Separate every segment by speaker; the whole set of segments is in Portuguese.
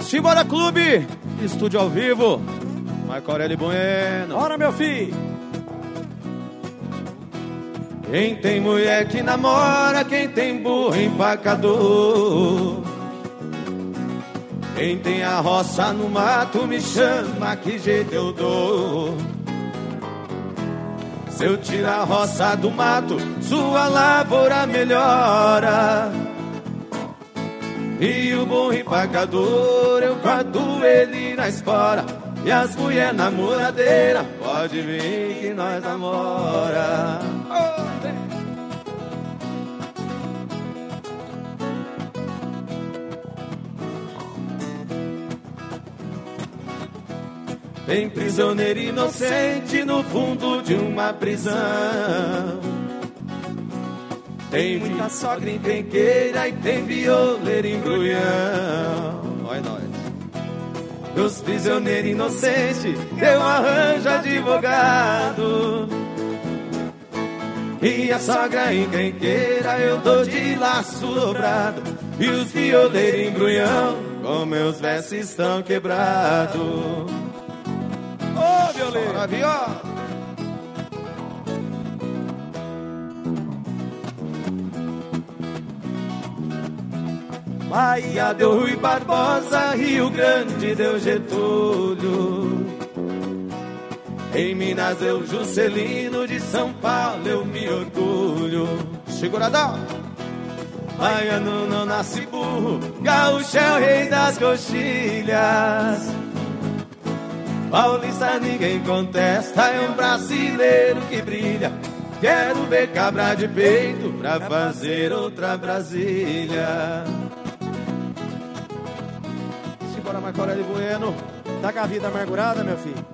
Speaker 1: Simbora Clube, estúdio ao vivo. Marco Aurélio Bueno.
Speaker 2: Bora, meu filho!
Speaker 1: Quem tem mulher que namora, quem tem burro empacador. Quem tem a roça no mato me chama, que jeito eu dou. Se eu tirar a roça do mato, sua lavoura melhora. E o bom empacador, eu guardo ele na espora. E as mulher namoradeira, pode vir que nós namora. Tem prisioneiro inocente no fundo de uma prisão. Tem muita sogra encrenqueira e tem violeiro embrulhão. Olha nós. Dos prisioneiros inocentes, eu arranjo advogado. E a sogra encrenqueira eu dou de laço dobrado. E os violeiros embrulhão, com meus versos estão quebrados. Ô, oh, violeiro! Bora, viola! Bahia deu Rui Barbosa, Rio Grande deu Getúlio. Em Minas eu Juscelino, de São Paulo eu me orgulho. Seguradão! Baiano não nasce burro, gaúcho é o rei das coxilhas. Paulista ninguém contesta, é um brasileiro que brilha. Quero ver cabra de peito pra fazer outra Brasília. Simbora, Marco Aurélio Bueno.
Speaker 2: Tá com a vida amargurada, meu filho?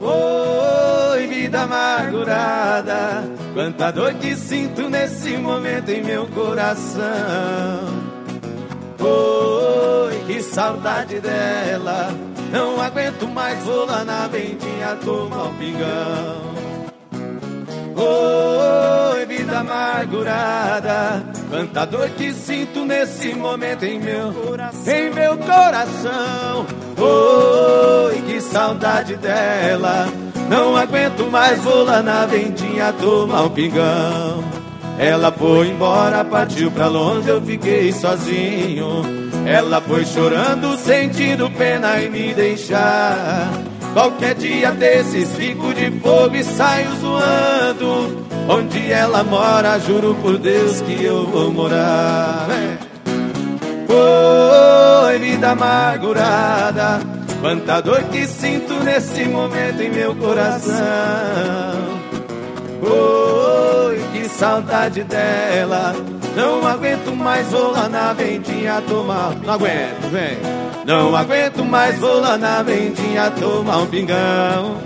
Speaker 1: Oi, vida amargurada, quanta dor que sinto nesse momento em meu coração. Oi, que saudade dela, não aguento mais, vou lá na vendinha tomar um pingão. Oi, vida amargurada, quanta dor que sinto nesse momento em meu coração. Em meu coração. Oi, que saudade dela, não aguento mais, vou lá na vendinha tomar um pingão. Ela foi embora, partiu pra longe, eu fiquei sozinho. Ela foi chorando, sentindo pena em me deixar. Qualquer dia desses fico de fogo e saio zoando. Onde ela mora, juro por Deus que eu vou morar. É. Oi, vida amargurada, quanta dor que sinto nesse momento em meu coração. Oi, que saudade dela. Não aguento mais, vou lá na vendinha tomar. Não aguento, vem. Não aguento mais, vou lá na vendinha tomar um pingão.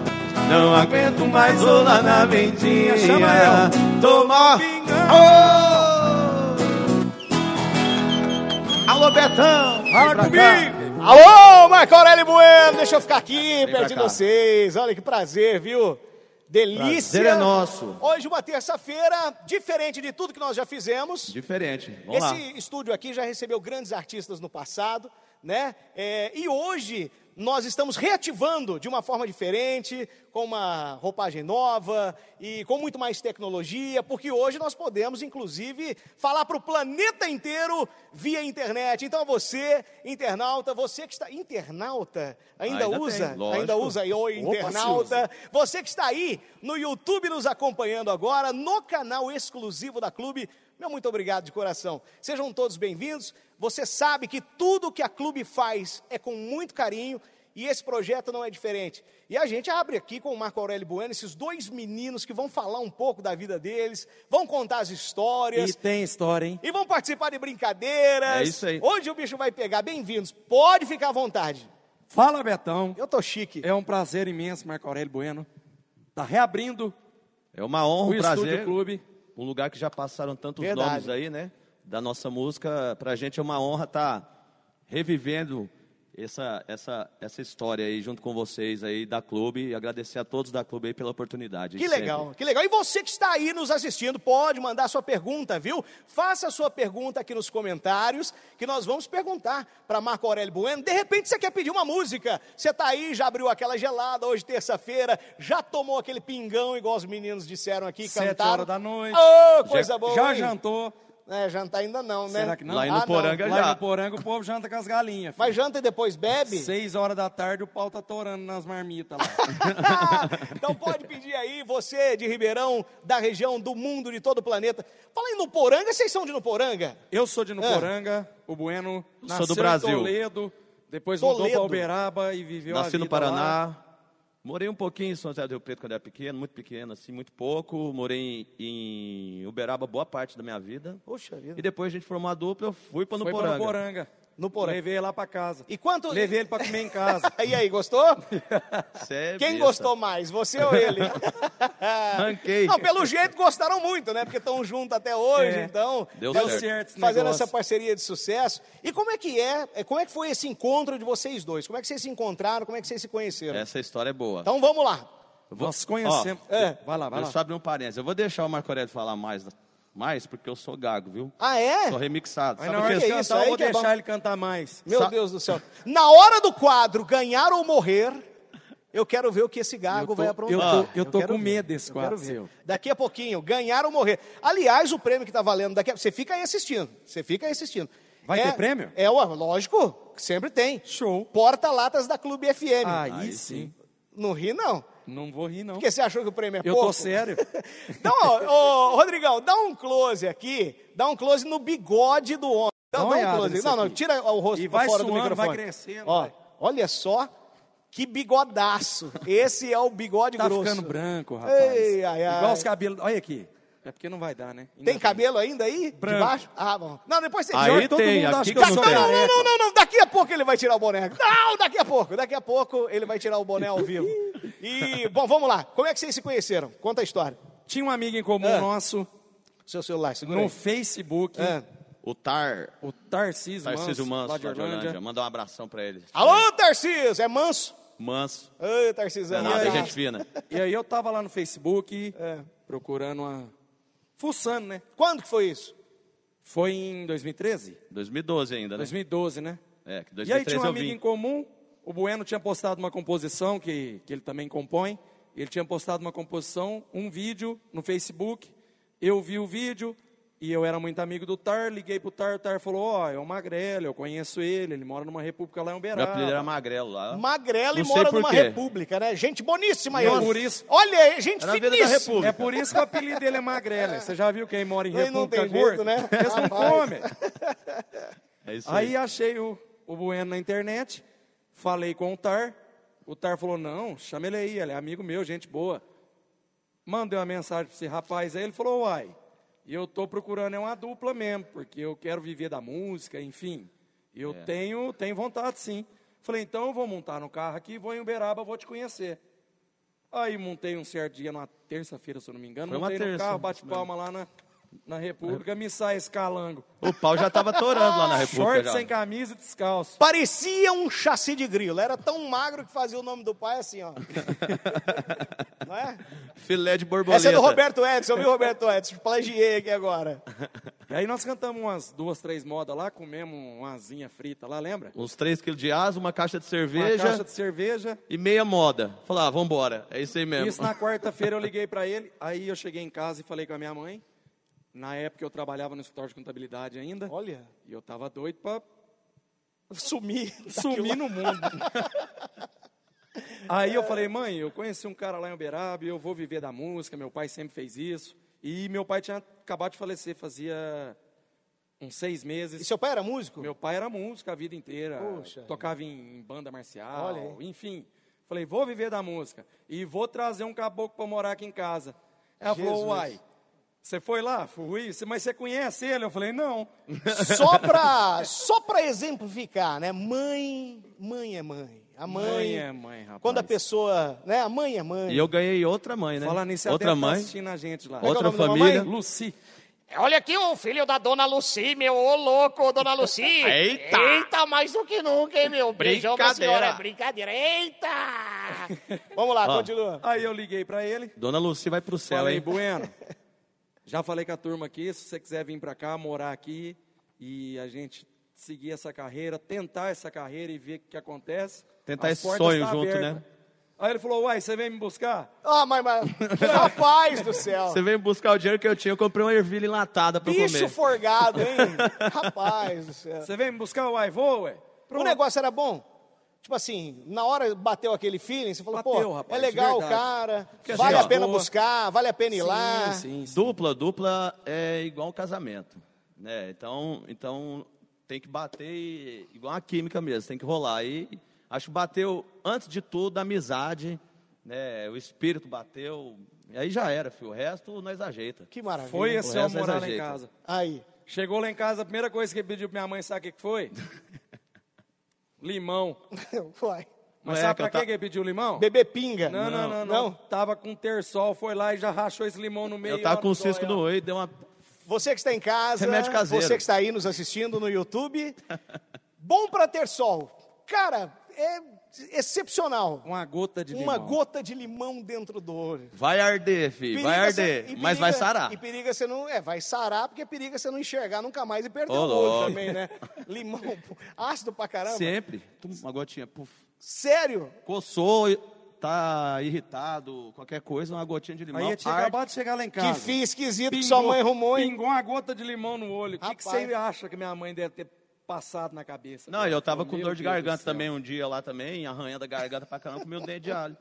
Speaker 1: Não aguento mais, vou lá na vendinha
Speaker 2: Chama ela.
Speaker 1: tomar um pingão. Alô, Betão.
Speaker 2: Fala
Speaker 1: Vem pra cá.
Speaker 2: comigo!
Speaker 3: Alô, Marco Aurélio Bueno, deixa eu ficar aqui
Speaker 1: pra
Speaker 3: pertinho de
Speaker 1: cá.
Speaker 3: vocês. Olha que prazer, viu? Delícia.
Speaker 1: Prazer é nosso.
Speaker 3: Hoje uma terça-feira, diferente de tudo que nós já fizemos.
Speaker 1: Diferente. Vamos
Speaker 3: Esse estúdio aqui já recebeu grandes artistas no passado, né? É, e hoje nós estamos reativando de uma forma diferente, com uma roupagem nova e com muito mais tecnologia, porque hoje nós podemos, inclusive, falar para o planeta inteiro via internet. Então você, internauta, você que está internauta, ainda,
Speaker 1: Ainda tem,
Speaker 3: usa,
Speaker 1: lógico.
Speaker 3: ainda usa aí, oi
Speaker 2: Opa,
Speaker 3: internauta, você que está aí no YouTube nos acompanhando agora, no canal exclusivo da Clube, meu muito obrigado de coração. Sejam todos bem-vindos. Você sabe que tudo que a Clube faz é com muito carinho e esse projeto não é diferente. E a gente abre aqui com o Marco Aurélio Bueno, esses dois meninos que vão falar um pouco da vida deles, vão contar as histórias.
Speaker 2: E tem história, hein?
Speaker 3: E vão participar de brincadeiras.
Speaker 1: É isso aí.
Speaker 3: Hoje o bicho vai pegar. Bem-vindos. Pode ficar à vontade.
Speaker 2: Fala, Betão.
Speaker 3: Eu tô chique.
Speaker 2: É um prazer imenso, Marco Aurélio Bueno. Tá reabrindo
Speaker 1: É uma honra,
Speaker 2: o
Speaker 1: um prazer.
Speaker 2: Estúdio Clube.
Speaker 1: Um lugar que já passaram tantos
Speaker 3: Verdade.
Speaker 1: nomes aí, né? Da nossa música. Pra gente é uma honra estar tá revivendo essa, essa, essa história aí junto com vocês aí da Clube e agradecer a todos da Clube aí pela oportunidade.
Speaker 3: Que
Speaker 2: né?
Speaker 3: legal, que legal. E você que está aí nos assistindo, pode mandar sua pergunta, viu? Faça a sua pergunta aqui nos comentários, que nós vamos perguntar para Marco Aurélio Bueno. De repente você quer pedir uma música. Você está aí, já abriu aquela gelada hoje, terça-feira, já tomou aquele pingão, igual os meninos disseram aqui,
Speaker 2: Sete
Speaker 3: cantaram.
Speaker 2: horas da noite.
Speaker 3: Ô, coisa boa.
Speaker 2: Já
Speaker 3: hein?
Speaker 2: jantou.
Speaker 3: É, jantar ainda não, né?
Speaker 2: Será que não?
Speaker 1: Lá em- no
Speaker 3: Ah, não.
Speaker 1: Poranga
Speaker 2: Lá
Speaker 1: já.
Speaker 2: no Poranga o povo janta com as galinhas.
Speaker 3: Mas janta e depois bebe?
Speaker 2: Seis horas da tarde o pau tá torando nas marmitas lá.
Speaker 3: então pode pedir aí, você de Ribeirão, da região, do mundo, de todo o planeta. Fala aí no Poranga, vocês são de no Poranga?
Speaker 2: Eu sou de
Speaker 3: É.
Speaker 2: Nuporanga, o Bueno nasceu
Speaker 1: do
Speaker 2: em
Speaker 1: Brasil.
Speaker 2: Toledo, depois mudou
Speaker 3: Toledo.
Speaker 2: pra Uberaba e viveu a
Speaker 1: Nasci no
Speaker 2: vida lá.
Speaker 1: Paraná. Morei um pouquinho em São José do Rio Preto quando era pequeno, muito pequeno, assim, muito pouco. Morei em, em Uberaba boa parte da minha vida.
Speaker 3: Poxa vida.
Speaker 1: E depois a gente formou a dupla, eu fui para
Speaker 2: Foi
Speaker 1: Nuporanga.
Speaker 2: pra Nuporanga.
Speaker 3: No Poranga.
Speaker 2: Levei ele lá pra casa.
Speaker 3: E quanto-
Speaker 2: Levei ele pra comer em casa.
Speaker 3: E aí, gostou?
Speaker 1: Cê é
Speaker 3: Quem
Speaker 1: besta.
Speaker 3: gostou mais, você ou ele?
Speaker 1: Ranquei.
Speaker 3: Não, pelo jeito gostaram muito, né? Porque estão juntos até hoje,
Speaker 2: É.
Speaker 3: então.
Speaker 1: Deu
Speaker 3: faz-
Speaker 1: certo.
Speaker 2: certo esse
Speaker 3: Fazendo
Speaker 2: negócio.
Speaker 3: essa parceria de sucesso. E como é que é? é, Como é que foi esse encontro de vocês dois? Como é que vocês se encontraram? Como é que vocês se conheceram?
Speaker 1: Essa história é boa.
Speaker 3: Então vamos lá.
Speaker 1: Eu vou-
Speaker 2: Nós conhecemos.
Speaker 1: Ó,
Speaker 3: É.
Speaker 2: Vai lá, vai
Speaker 1: eu
Speaker 2: lá.
Speaker 1: só abrir um parênteses. Eu vou deixar o Marco Aurélio falar mais, mais porque eu sou gago, viu?
Speaker 3: Ah, é?
Speaker 1: Sou remixado.
Speaker 2: Aí
Speaker 1: Sabe
Speaker 2: na
Speaker 1: o
Speaker 2: hora
Speaker 1: que-
Speaker 2: que
Speaker 3: que é isso?
Speaker 2: cantar,
Speaker 3: Aí
Speaker 2: eu vou
Speaker 3: que é bom.
Speaker 2: deixar ele cantar mais.
Speaker 3: Meu
Speaker 1: Sa-
Speaker 3: Deus do céu. Na hora do quadro, ganhar ou morrer, eu quero ver o que esse gago
Speaker 2: Eu tô-
Speaker 3: vai
Speaker 2: eu
Speaker 3: aprontar.
Speaker 2: tô- eu tô
Speaker 3: quero
Speaker 2: com
Speaker 3: ver,
Speaker 2: medo desse
Speaker 3: eu quero
Speaker 2: quadro
Speaker 3: ver.
Speaker 2: seu.
Speaker 3: Daqui a pouquinho, ganhar ou morrer. Aliás, o prêmio que tá valendo daqui a Você fica aí assistindo. Você fica aí assistindo.
Speaker 2: Vai
Speaker 3: É-
Speaker 2: ter prêmio?
Speaker 3: É, ó, lógico, sempre tem.
Speaker 2: Show.
Speaker 3: Porta-latas da Clube FM.
Speaker 2: Aí,
Speaker 1: Aí
Speaker 2: sim.
Speaker 1: sim.
Speaker 3: Não ri, não.
Speaker 2: Não vou rir, não.
Speaker 3: Porque você achou que o prêmio é
Speaker 2: Eu
Speaker 3: pouco?
Speaker 2: tô sério. Tá
Speaker 3: Então, ó, ô, Rodrigão, dá um close aqui. Dá um close no bigode do homem.
Speaker 2: Dá
Speaker 3: Dá, dá
Speaker 2: uma
Speaker 3: um
Speaker 2: olhada
Speaker 3: close.
Speaker 2: nisso
Speaker 3: Não, não,
Speaker 2: aqui.
Speaker 3: tira o rosto
Speaker 2: E
Speaker 3: pra
Speaker 2: vai
Speaker 3: fora do
Speaker 2: suando,
Speaker 3: microfone.
Speaker 2: vai crescendo.
Speaker 3: Ó,
Speaker 2: vai.
Speaker 3: olha só que bigodaço. Esse é o bigode
Speaker 2: Tá
Speaker 3: grosso.
Speaker 2: ficando branco, rapaz.
Speaker 3: Ei, ai, ai.
Speaker 2: Igual os cabelos. Olha aqui. É porque não vai dar, né? Ainda
Speaker 3: Tem cabelo ainda aí?
Speaker 2: Branco.
Speaker 3: Debaixo? Ah, bom. Não, depois você tá,
Speaker 1: Aí
Speaker 2: Pior que todo
Speaker 1: tem,
Speaker 2: mundo
Speaker 1: aqui
Speaker 2: acha
Speaker 1: que
Speaker 2: que eu
Speaker 1: não
Speaker 2: sou
Speaker 1: tem.
Speaker 3: Não, não,
Speaker 2: careca.
Speaker 3: não, não, não, daqui a pouco ele vai tirar o boneco. Não, daqui a pouco, daqui a pouco ele vai tirar o boné ao vivo. E, bom, vamos lá. Como é que vocês se conheceram? Conta a história.
Speaker 2: Tinha um amigo em comum
Speaker 3: Ah.
Speaker 2: nosso
Speaker 3: Seu celular, segura
Speaker 2: no
Speaker 3: aí.
Speaker 2: Facebook,
Speaker 3: Ah.
Speaker 1: O Tar,
Speaker 2: o Tarcísio,
Speaker 1: Tarcísio
Speaker 2: Manso,
Speaker 1: Manso,
Speaker 2: lá de Orlândia. Ah.
Speaker 1: Mandar um abração pra ele.
Speaker 3: Alô, Tarcísio, é manso?
Speaker 1: Manso.
Speaker 3: Ô,
Speaker 1: Não
Speaker 3: Tarcísio,
Speaker 1: é
Speaker 3: é
Speaker 1: nada,
Speaker 3: manso.
Speaker 1: é gente fina.
Speaker 2: E aí eu tava lá no Facebook,
Speaker 3: É.
Speaker 2: procurando uma... Fuçando, né?
Speaker 3: Quando que foi isso?
Speaker 2: Foi em 2013?
Speaker 3: É.
Speaker 1: 2012 ainda, né?
Speaker 2: 2012, né?
Speaker 1: É, que
Speaker 2: E aí tinha
Speaker 1: 2013
Speaker 2: um
Speaker 1: eu
Speaker 2: amigo
Speaker 1: vim.
Speaker 2: em comum, o Bueno tinha postado uma composição que, que ele também compõe. Ele tinha postado uma composição, um vídeo no Facebook. Eu vi o vídeo e eu era muito amigo do Tar, liguei pro Tar, o Tar falou: "Ó, é o Magrelo, eu conheço ele, ele mora numa república lá em
Speaker 1: Meu apelido era
Speaker 2: Uberaba".
Speaker 1: Magrelo lá.
Speaker 3: Magrela e
Speaker 1: Não sei
Speaker 3: mora
Speaker 1: por
Speaker 3: numa
Speaker 1: quê.
Speaker 3: república, né? Gente boníssima aí.
Speaker 2: Não, por isso-
Speaker 3: Olha aí, gente
Speaker 1: Era a vida da
Speaker 3: finíssima.
Speaker 1: república.
Speaker 2: É por isso que o apelido dele é Magrelo. Você já viu quem mora em
Speaker 3: Ele não
Speaker 2: república
Speaker 3: tem jeito,
Speaker 2: gorda?
Speaker 3: né?
Speaker 2: Eles não
Speaker 3: Rapaz.
Speaker 2: comem.
Speaker 1: É isso aí.
Speaker 2: Aí achei o, o Bueno na internet, falei com o Tar. O Tar falou: não, chama ele aí, ele é amigo meu, gente boa. Mandei uma mensagem para esse rapaz aí, ele falou: uai, eu tô procurando é uma dupla mesmo, porque eu quero viver da música, enfim. Eu
Speaker 1: É.
Speaker 2: tenho, tenho vontade sim. Falei: então eu vou montar no carro aqui, vou em Uberaba, vou te conhecer. Aí montei um certo dia, numa terça-feira, se eu não me engano,
Speaker 1: Foi uma
Speaker 2: montei no
Speaker 1: terça,
Speaker 2: carro, bate
Speaker 1: isso mesmo.
Speaker 2: palma lá na, na República, me sai esse calango.
Speaker 1: O pau já tava torando lá na República.
Speaker 2: Short
Speaker 1: já.
Speaker 2: sem camisa e descalço.
Speaker 3: Parecia um chassi de grilo. Era tão magro que fazia o nome do pai assim, ó. Não é?
Speaker 1: Filé de borboleta.
Speaker 3: Essa é do Roberto Edson, viu, Roberto Edson? Plagiei aqui agora.
Speaker 2: E aí nós cantamos umas duas, três modas lá, comemos uma asinha frita lá, lembra?
Speaker 1: Uns 3 quilos de asa, uma caixa de
Speaker 2: Uma
Speaker 1: cerveja
Speaker 2: caixa de cerveja.
Speaker 1: e meia moda. Falar, ah, vambora. É isso aí mesmo.
Speaker 2: Isso na quarta-feira eu liguei pra ele, aí eu cheguei em casa e falei com a minha mãe. Na época eu trabalhava no escritório de contabilidade ainda.
Speaker 3: Olha,
Speaker 2: E eu tava doido pra
Speaker 3: sumi.
Speaker 2: sumir no mundo. Aí eu falei, mãe, eu conheci um cara lá em Uberaba, e eu vou viver da música, meu pai sempre fez isso. E meu pai tinha acabado de falecer, fazia uns seis meses.
Speaker 3: E seu pai era músico?
Speaker 2: Meu pai era músico a vida inteira.
Speaker 3: Poxa.
Speaker 2: Tocava em, em banda marcial,
Speaker 3: Olha aí.
Speaker 2: enfim. Falei, vou viver da música e vou trazer um caboclo para morar aqui em casa. Ela falou,
Speaker 3: Jesus.
Speaker 2: uai, você foi lá? Fui. "Cê- Mas você conhece ele? Eu falei, não.
Speaker 1: Né?
Speaker 3: Só pra, só pra exemplificar, né? Mãe, mãe é mãe. A mãe,
Speaker 2: Mãe é mãe, rapaz.
Speaker 3: Quando a pessoa, né? A mãe é mãe.
Speaker 1: E eu ganhei outra mãe, né?
Speaker 2: Falar nisso, ela
Speaker 1: outra
Speaker 2: deve tá
Speaker 1: mãe,
Speaker 2: assistindo a gente lá.
Speaker 3: é o
Speaker 1: outra
Speaker 3: nome da
Speaker 1: família.
Speaker 3: mamãe?
Speaker 2: Luci.
Speaker 4: Olha aqui o filho da dona Luci, meu, ô louco, dona Luci.
Speaker 1: Eita!
Speaker 4: Eita, mais do que nunca, hein, meu? Beijão pra
Speaker 1: Brincadeira.
Speaker 4: senhora, brincadeira. Eita!
Speaker 3: Vamos lá,
Speaker 1: Ó.
Speaker 3: continua.
Speaker 2: Aí eu liguei pra ele,
Speaker 1: Dona Lucy vai pro céu,
Speaker 2: falei,
Speaker 1: hein?
Speaker 2: Bueno, já falei com a turma aqui, se você quiser vir pra cá, morar aqui e a gente seguir essa carreira, tentar essa carreira e ver o que acontece.
Speaker 1: Tentar
Speaker 2: as
Speaker 1: esse
Speaker 2: portas
Speaker 1: sonho
Speaker 2: tá
Speaker 1: junto,
Speaker 2: abertas.
Speaker 1: né?
Speaker 2: Aí ele falou, uai, você vem me buscar?
Speaker 3: Ah, mas, mas- rapaz do céu.
Speaker 1: Você veio buscar o dinheiro que eu tinha, eu comprei uma ervilha enlatada pra
Speaker 3: Bicho
Speaker 1: comer.
Speaker 3: forgado, hein? Rapaz do céu.
Speaker 2: Você vem me buscar, uai, vou, ué.
Speaker 3: O
Speaker 2: Pronto.
Speaker 3: negócio era bom? Tipo assim, na hora bateu aquele feeling, você falou,
Speaker 2: Bateu,
Speaker 3: pô,
Speaker 2: rapaz,
Speaker 3: é legal o
Speaker 2: verdade.
Speaker 3: cara,
Speaker 1: assim,
Speaker 3: vale
Speaker 1: ó,
Speaker 3: a pena
Speaker 2: boa.
Speaker 3: buscar, vale a pena ir lá.
Speaker 2: Sim, sim, sim.
Speaker 1: Dupla, dupla é igual um casamento, né? Então, então tem que bater e- igual a química mesmo, tem que rolar. E acho que bateu antes de tudo a amizade, né? O espírito bateu, e aí já era, filho. O resto nós ajeita.
Speaker 3: Que maravilha.
Speaker 2: Foi esse
Speaker 1: O resto é
Speaker 2: homem morar lá em
Speaker 1: exagera.
Speaker 2: casa.
Speaker 3: Aí.
Speaker 2: Chegou lá em casa, a primeira coisa que ele pediu pra minha mãe, sabe o que que foi? limão.
Speaker 3: Vai.
Speaker 1: Não
Speaker 2: Mas
Speaker 1: é
Speaker 2: sabe
Speaker 1: que
Speaker 2: pra
Speaker 1: eu
Speaker 2: que,
Speaker 1: ta-
Speaker 2: que ele pediu limão?
Speaker 3: Bebê pinga.
Speaker 2: Não, não, não, não,
Speaker 3: Não?
Speaker 2: Tava com terçol, foi lá e já rachou esse limão no meio.
Speaker 1: Eu tava
Speaker 2: ó,
Speaker 1: com o
Speaker 2: dói,
Speaker 1: cisco
Speaker 2: ó.
Speaker 1: no olho, deu uma.
Speaker 3: Você que está em casa,
Speaker 1: Remédio caseiro.
Speaker 3: você que está aí nos assistindo no YouTube, bom para ter sol. Cara, é excepcional.
Speaker 2: Uma gota de
Speaker 3: Uma
Speaker 2: limão.
Speaker 3: gota de limão dentro do olho.
Speaker 1: Vai arder, filho, vai
Speaker 3: Periga cê-
Speaker 1: arder,
Speaker 3: e
Speaker 1: mas
Speaker 3: periga-
Speaker 2: é-
Speaker 1: vai sarar.
Speaker 3: E periga você não. É, vai sarar, porque periga você não enxergar nunca mais e perder
Speaker 1: Ô,
Speaker 3: o olho
Speaker 1: louco.
Speaker 3: também, né? Limão, pô, ácido pra
Speaker 2: é
Speaker 3: caramba.
Speaker 1: Sempre, Tum, uma gotinha, puf.
Speaker 3: Sério?
Speaker 1: Coçou, tá irritado, qualquer coisa, uma gotinha de limão.
Speaker 2: Aí tinha
Speaker 1: arde.
Speaker 2: acabado de chegar lá em
Speaker 3: Que
Speaker 2: casa.
Speaker 3: fim esquisito que sua mãe arrumou, hein?
Speaker 2: Pingou uma gota de limão no olho. O que, que
Speaker 3: Rapaz.
Speaker 2: você acha que minha mãe deve ter passado na cabeça?
Speaker 1: Não,
Speaker 2: cara?
Speaker 1: eu tava
Speaker 2: Meu
Speaker 1: com dor de
Speaker 2: Deus do
Speaker 1: garganta
Speaker 2: céu.
Speaker 1: também um dia lá também, arranhando a garganta pra caramba com meu dente de alho.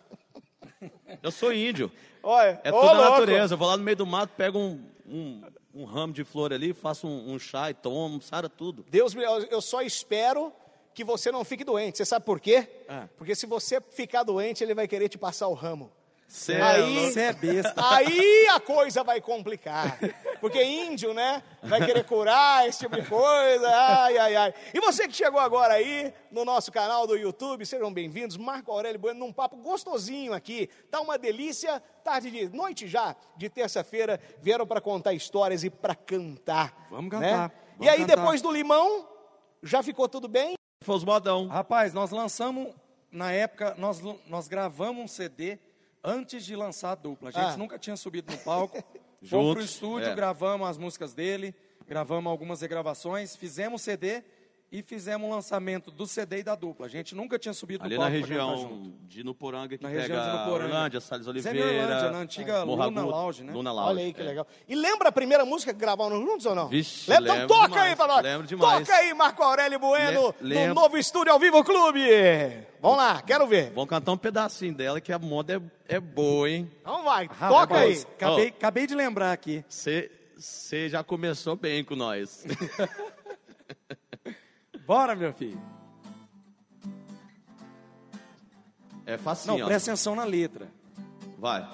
Speaker 1: Eu sou índio.
Speaker 3: Olha,
Speaker 1: É
Speaker 3: ô,
Speaker 1: tudo a
Speaker 3: louco.
Speaker 1: natureza. Eu vou lá no meio do mato, pego um, um, um ramo de flor ali, faço um, um chá e tomo, sara tudo.
Speaker 3: Deus me. Eu eu só espero que você não fique doente. Você sabe por quê?
Speaker 2: Ah.
Speaker 3: Porque se você ficar doente, ele vai querer te passar o ramo.
Speaker 1: Cê é
Speaker 3: Aí-
Speaker 1: louco.
Speaker 2: Você é besta.
Speaker 3: Aí a coisa vai complicar. Porque índio, né? Vai querer curar esse tipo de coisa. Ai, ai, ai. E você que chegou agora aí no nosso canal do YouTube, sejam bem-vindos. Marco Aurélio Bueno num papo gostosinho aqui. Tá uma delícia. Tarde de noite já, de terça-feira, vieram para contar histórias e para cantar.
Speaker 2: Vamos
Speaker 3: né?
Speaker 2: cantar,
Speaker 3: e
Speaker 2: vamos
Speaker 3: aí,
Speaker 2: cantar.
Speaker 3: depois do limão, já ficou tudo bem?
Speaker 1: Foi os modão.
Speaker 2: Rapaz, nós lançamos, na época, nós, lan- nós gravamos um CD antes de lançar a dupla. A gente
Speaker 3: Ah.
Speaker 2: nunca tinha subido no palco. Fomos pro
Speaker 1: Juntos,
Speaker 2: estúdio,
Speaker 1: é.
Speaker 2: gravamos as músicas dele, gravamos algumas regravações, fizemos o CD e fizemos o lançamento do CD e da dupla. A gente nunca tinha subido
Speaker 1: Ali
Speaker 2: no
Speaker 1: na
Speaker 2: palco pra cantar junto.
Speaker 1: região de Nuporanga, que
Speaker 2: Na região de
Speaker 1: pega
Speaker 2: Nuporanga.
Speaker 1: Orlândia, Salles
Speaker 2: Zé
Speaker 1: Oliveira.
Speaker 2: Mirlândia, na né? antiga Luna Lounge, né?
Speaker 1: Luna Lounge.
Speaker 3: Olha aí que
Speaker 1: é.
Speaker 3: legal. E lembra a primeira música que gravaram juntos ou não?
Speaker 1: Vixe,
Speaker 3: lembra? Então
Speaker 1: lembro
Speaker 3: toca
Speaker 1: demais,
Speaker 3: aí pra nós.
Speaker 1: lembro demais.
Speaker 3: Toca aí, Marco Aurélio Bueno,
Speaker 1: Le- lembro.
Speaker 3: no novo estúdio ao vivo clube. Vamos lá, quero ver.
Speaker 1: Vamos cantar um pedacinho dela, que a moda é, é boa, hein?
Speaker 3: Então vai,
Speaker 2: Rapaz,
Speaker 3: toca aí.
Speaker 2: Acabei,
Speaker 1: Ó.
Speaker 2: acabei de lembrar aqui.
Speaker 1: Você já começou bem com nós.
Speaker 2: Bora, meu filho.
Speaker 1: É facinho,
Speaker 2: Não,
Speaker 1: ó.
Speaker 2: presta atenção na letra.
Speaker 1: Vai.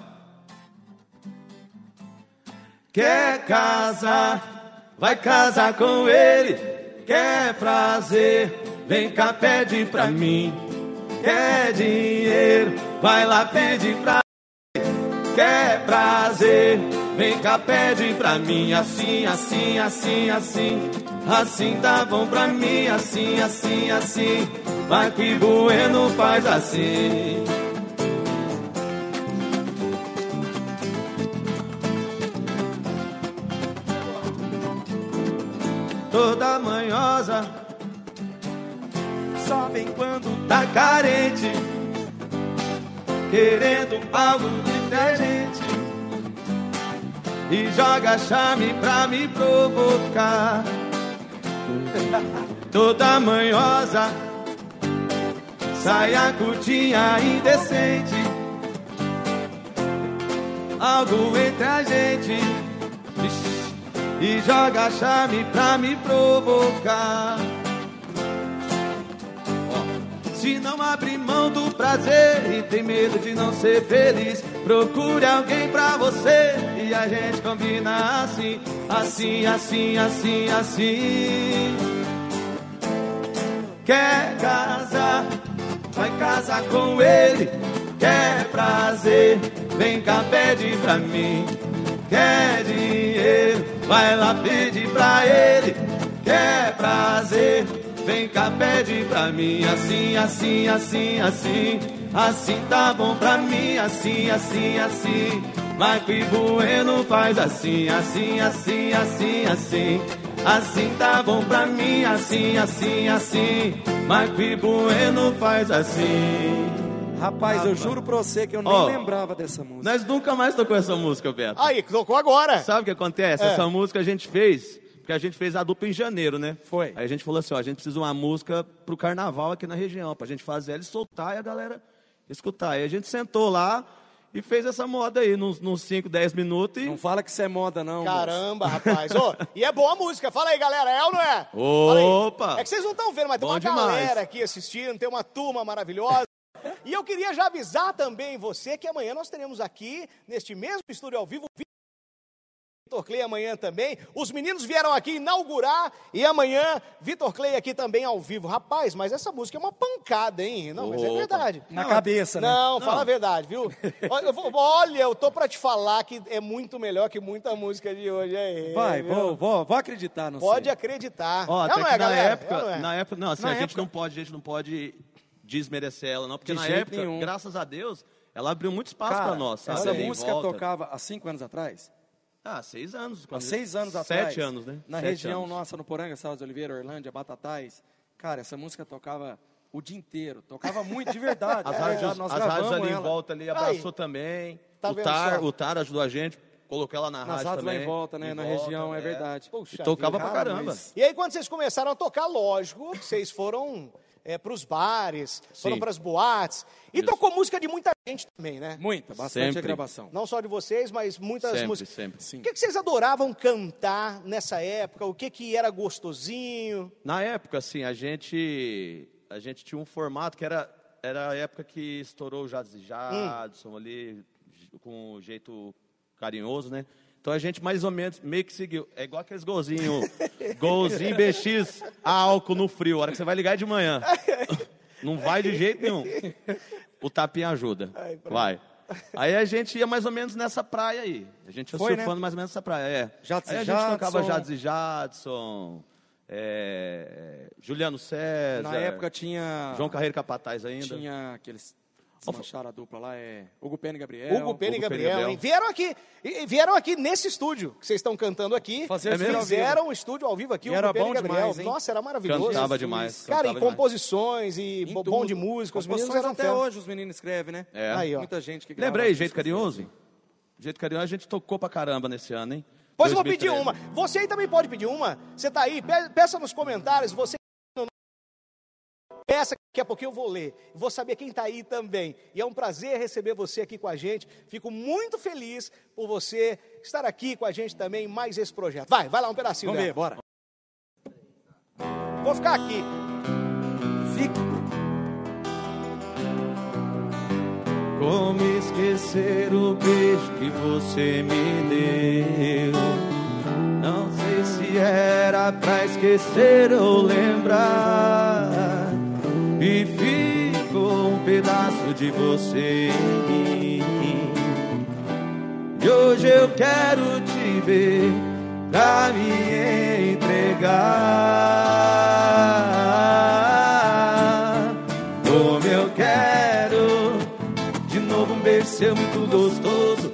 Speaker 1: Quer casar, vai casar com ele. Quer prazer, vem cá, pede pra mim. Quer dinheiro, vai lá, pede pra ele. Quer prazer, vem cá, pede pra mim. Assim, assim, assim, assim. Assim tá bom pra mim, assim, assim, assim. Mas que bueno faz assim. toda manhosa. Só vem quando tá carente, querendo algo diferente. E joga chame pra me provocar. Toda manhosa, saia curtinha indecente. Algo entre a gente. Vixe e joga chame pra me provocar. Ó. Se não abrir mão do prazer e tem medo de não ser feliz, procure alguém pra você e a gente combina assim, assim, assim, assim, assim. Quer casar, vai casar com ele. Quer prazer, vem cá, pede pra mim.
Speaker 5: quer dinheiro, vai lá pedir pra ele, quer prazer, vem cá pede pra mim, assim, assim, assim, assim, assim tá bom pra mim, assim, assim, assim, Marco e Bueno faz assim, assim, assim, assim, assim, assim tá bom pra mim, assim, assim, assim, Marco e Bueno faz assim.
Speaker 2: Rapaz, eu juro pra você que eu nem
Speaker 5: Ó.
Speaker 2: lembrava dessa
Speaker 1: Né?
Speaker 2: música.
Speaker 5: Nós nunca um mais tocou essa música, Beto.
Speaker 3: Aí, tocou agora.
Speaker 5: Sabe o que acontece?
Speaker 3: É.
Speaker 5: Essa música a gente fez, porque a gente fez a dupla em janeiro, né?
Speaker 2: Foi.
Speaker 5: Aí a gente falou assim, ó, a gente precisa de uma música pro carnaval aqui na região, pra gente fazer ela e soltar e a galera escutar. Aí a gente sentou lá e fez essa moda aí, nos, nos 5, 10 minutos e...
Speaker 2: Não fala que isso é moda, não. moço.
Speaker 3: Caramba, rapaz. Ô, e é boa a música. Fala aí, galera. É ou não é?
Speaker 5: Opa!
Speaker 3: Fala aí. É que vocês não estão vendo, mas tem
Speaker 5: Bom
Speaker 3: uma
Speaker 5: demais.
Speaker 3: galera aqui assistindo, tem uma turma maravilhosa. E eu queria já avisar também você que amanhã nós teremos aqui, neste mesmo estúdio ao vivo, o Vitor Clay amanhã também. Os meninos vieram aqui inaugurar e amanhã Vitor Clay aqui também ao vivo. Rapaz, mas essa música é uma pancada, hein? Não, mas é
Speaker 5: Opa.
Speaker 3: verdade.
Speaker 2: Na
Speaker 3: Não,
Speaker 2: cabeça, né?
Speaker 3: Não, fala a verdade, viu? Olha, eu, vou- olha, eu tô pra te falar que é muito melhor que muita música de hoje. aí,
Speaker 5: É,
Speaker 2: Vai,
Speaker 3: viu?
Speaker 2: vou, vou, vou acreditar, não
Speaker 3: Pode
Speaker 2: sei.
Speaker 3: acreditar.
Speaker 5: Ó,
Speaker 3: É
Speaker 5: até
Speaker 3: ou não
Speaker 5: que
Speaker 3: é,
Speaker 5: na
Speaker 3: galera? É
Speaker 5: época,
Speaker 3: ou não é?
Speaker 5: na época, não, assim,
Speaker 2: Na
Speaker 5: a gente
Speaker 2: época-
Speaker 5: não pode, a gente não pode desmerecer ela, não, porque
Speaker 2: De
Speaker 5: na
Speaker 2: jeito
Speaker 5: época,
Speaker 2: nenhum.
Speaker 5: graças a Deus, ela abriu muito espaço
Speaker 2: Cara,
Speaker 5: pra nós, sabe?
Speaker 2: essa
Speaker 5: Em
Speaker 2: música
Speaker 5: volta.
Speaker 2: tocava há cinco anos atrás?
Speaker 5: Ah, seis anos.
Speaker 2: Há
Speaker 5: quando-
Speaker 2: seis anos
Speaker 5: sete
Speaker 2: atrás.
Speaker 5: Sete anos, né?
Speaker 2: Na
Speaker 5: Sete
Speaker 2: região
Speaker 5: anos.
Speaker 2: nossa, no Poranga, Salles de Oliveira, Orlândia, Batatais. Cara, essa música tocava o dia inteiro. Tocava muito, de verdade. de
Speaker 5: As
Speaker 2: verdade, É,
Speaker 5: rádios,
Speaker 2: nós
Speaker 5: as rádios
Speaker 2: gravamos
Speaker 5: ali em
Speaker 2: ela.
Speaker 5: volta ali abraçou também.
Speaker 3: Tá
Speaker 5: o,
Speaker 3: vendo
Speaker 5: tar,
Speaker 3: só?
Speaker 5: o Tar ajudou a gente, colocou ela na
Speaker 2: Nas
Speaker 5: rádio
Speaker 2: rádios lá
Speaker 5: também.
Speaker 2: em volta, né?
Speaker 5: Em
Speaker 2: na
Speaker 5: volta,
Speaker 2: região, é, verdade.
Speaker 3: Puxa
Speaker 5: E tocava
Speaker 2: vida.
Speaker 5: pra caramba.
Speaker 2: Mas-
Speaker 3: E aí, quando vocês começaram a tocar, lógico, que vocês foram para os bares, foram para as boates. E tocou música de muita gente também, né?
Speaker 2: Muita, bastante
Speaker 5: Sempre.
Speaker 2: gravação.
Speaker 3: Não só de vocês, mas muitas
Speaker 5: Sempre,
Speaker 3: músicas.
Speaker 5: sempre.
Speaker 3: O que, que vocês adoravam cantar nessa época? O que, que era gostosinho?
Speaker 5: Na época, assim, a gente, a gente tinha um formato que era, era a época que estourou o Jazz Jadson
Speaker 2: Hum.
Speaker 5: ali, com um jeito carinhoso, né? Então a gente mais ou menos meio que seguiu. É igual aqueles golzinhos. golzinho BX, álcool no frio. A hora que você vai ligar é de manhã. Não vai de jeito nenhum. O tapinha ajuda.
Speaker 3: Ai, pra-
Speaker 5: vai. Aí a gente ia mais ou menos nessa praia aí. A gente ia
Speaker 2: Foi, né?
Speaker 5: surfando mais ou menos nessa praia, é.
Speaker 2: Jadson
Speaker 5: aí a gente
Speaker 2: Jadson.
Speaker 5: tocava Jadson Jadson, é, Juliano César.
Speaker 2: Na época tinha...
Speaker 5: é? João Carreiro Capataz ainda.
Speaker 2: Tinha aqueles... Desmancharam a dupla lá, é... Hugo Pena e Gabriel.
Speaker 3: Hugo Pena e
Speaker 5: Hugo Pena e
Speaker 3: Gabriel,
Speaker 5: Gabriel.
Speaker 3: hein? Vieram aqui, e- e vieram aqui nesse estúdio que vocês estão cantando aqui.
Speaker 2: Fazer
Speaker 5: o estúdio ao
Speaker 3: fizeram um estúdio ao vivo aqui,
Speaker 2: E era
Speaker 3: Hugo Pena
Speaker 2: bom
Speaker 3: e Gabriel.
Speaker 2: demais, hein?
Speaker 3: Nossa, era maravilhoso.
Speaker 5: Cantava demais,
Speaker 3: Cara,
Speaker 5: cantava
Speaker 3: e
Speaker 5: demais.
Speaker 3: composições, e
Speaker 2: Em
Speaker 3: bo-
Speaker 2: tudo.
Speaker 3: bom de música. Os meninos
Speaker 2: Composições
Speaker 3: eram
Speaker 2: até
Speaker 3: fera.
Speaker 2: hoje os meninos escrevem, né?
Speaker 5: É.
Speaker 3: Aí, ó.
Speaker 2: Muita gente que grava
Speaker 5: Lembrei,
Speaker 2: as
Speaker 5: Jeito
Speaker 2: músicas.
Speaker 5: Carinhoso? Jeito Carinhoso a gente tocou pra caramba nesse ano, hein?
Speaker 3: Pois eu vou pedir
Speaker 5: 2013.
Speaker 3: uma. Você aí também pode pedir uma. Você tá aí, pe- peça nos comentários, você peça, que daqui a pouquinho eu vou ler. Vou saber quem tá aí também. E é um prazer receber você aqui com a gente. Fico muito feliz por você estar aqui com a gente também em mais esse projeto. Vai, vai lá um pedacinho
Speaker 2: Vamos ver, bora.
Speaker 3: dela. Vou ficar aqui.
Speaker 5: Como esquecer o beijo que você me deu? Não sei se era pra esquecer ou lembrar. E ficou um pedaço de você em mim. E hoje eu quero te ver pra me entregar. Como eu quero de novo um beijo seu muito gostoso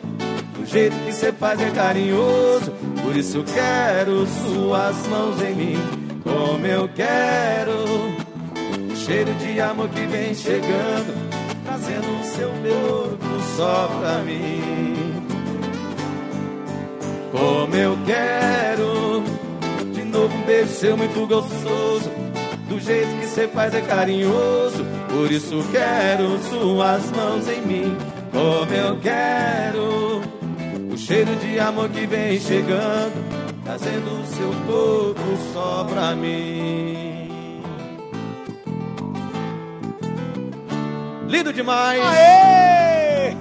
Speaker 5: Do jeito que você faz é carinhoso Por isso eu quero suas mãos em mim Como eu quero O cheiro de amor que vem chegando Trazendo o seu corpo só pra mim como eu quero. De novo um beijo seu muito gostoso, do jeito que você faz é carinhoso. Por isso quero suas mãos em mim, como eu quero. O cheiro de amor que vem chegando, trazendo o seu corpo só pra mim. Lindo demais!
Speaker 3: Aê!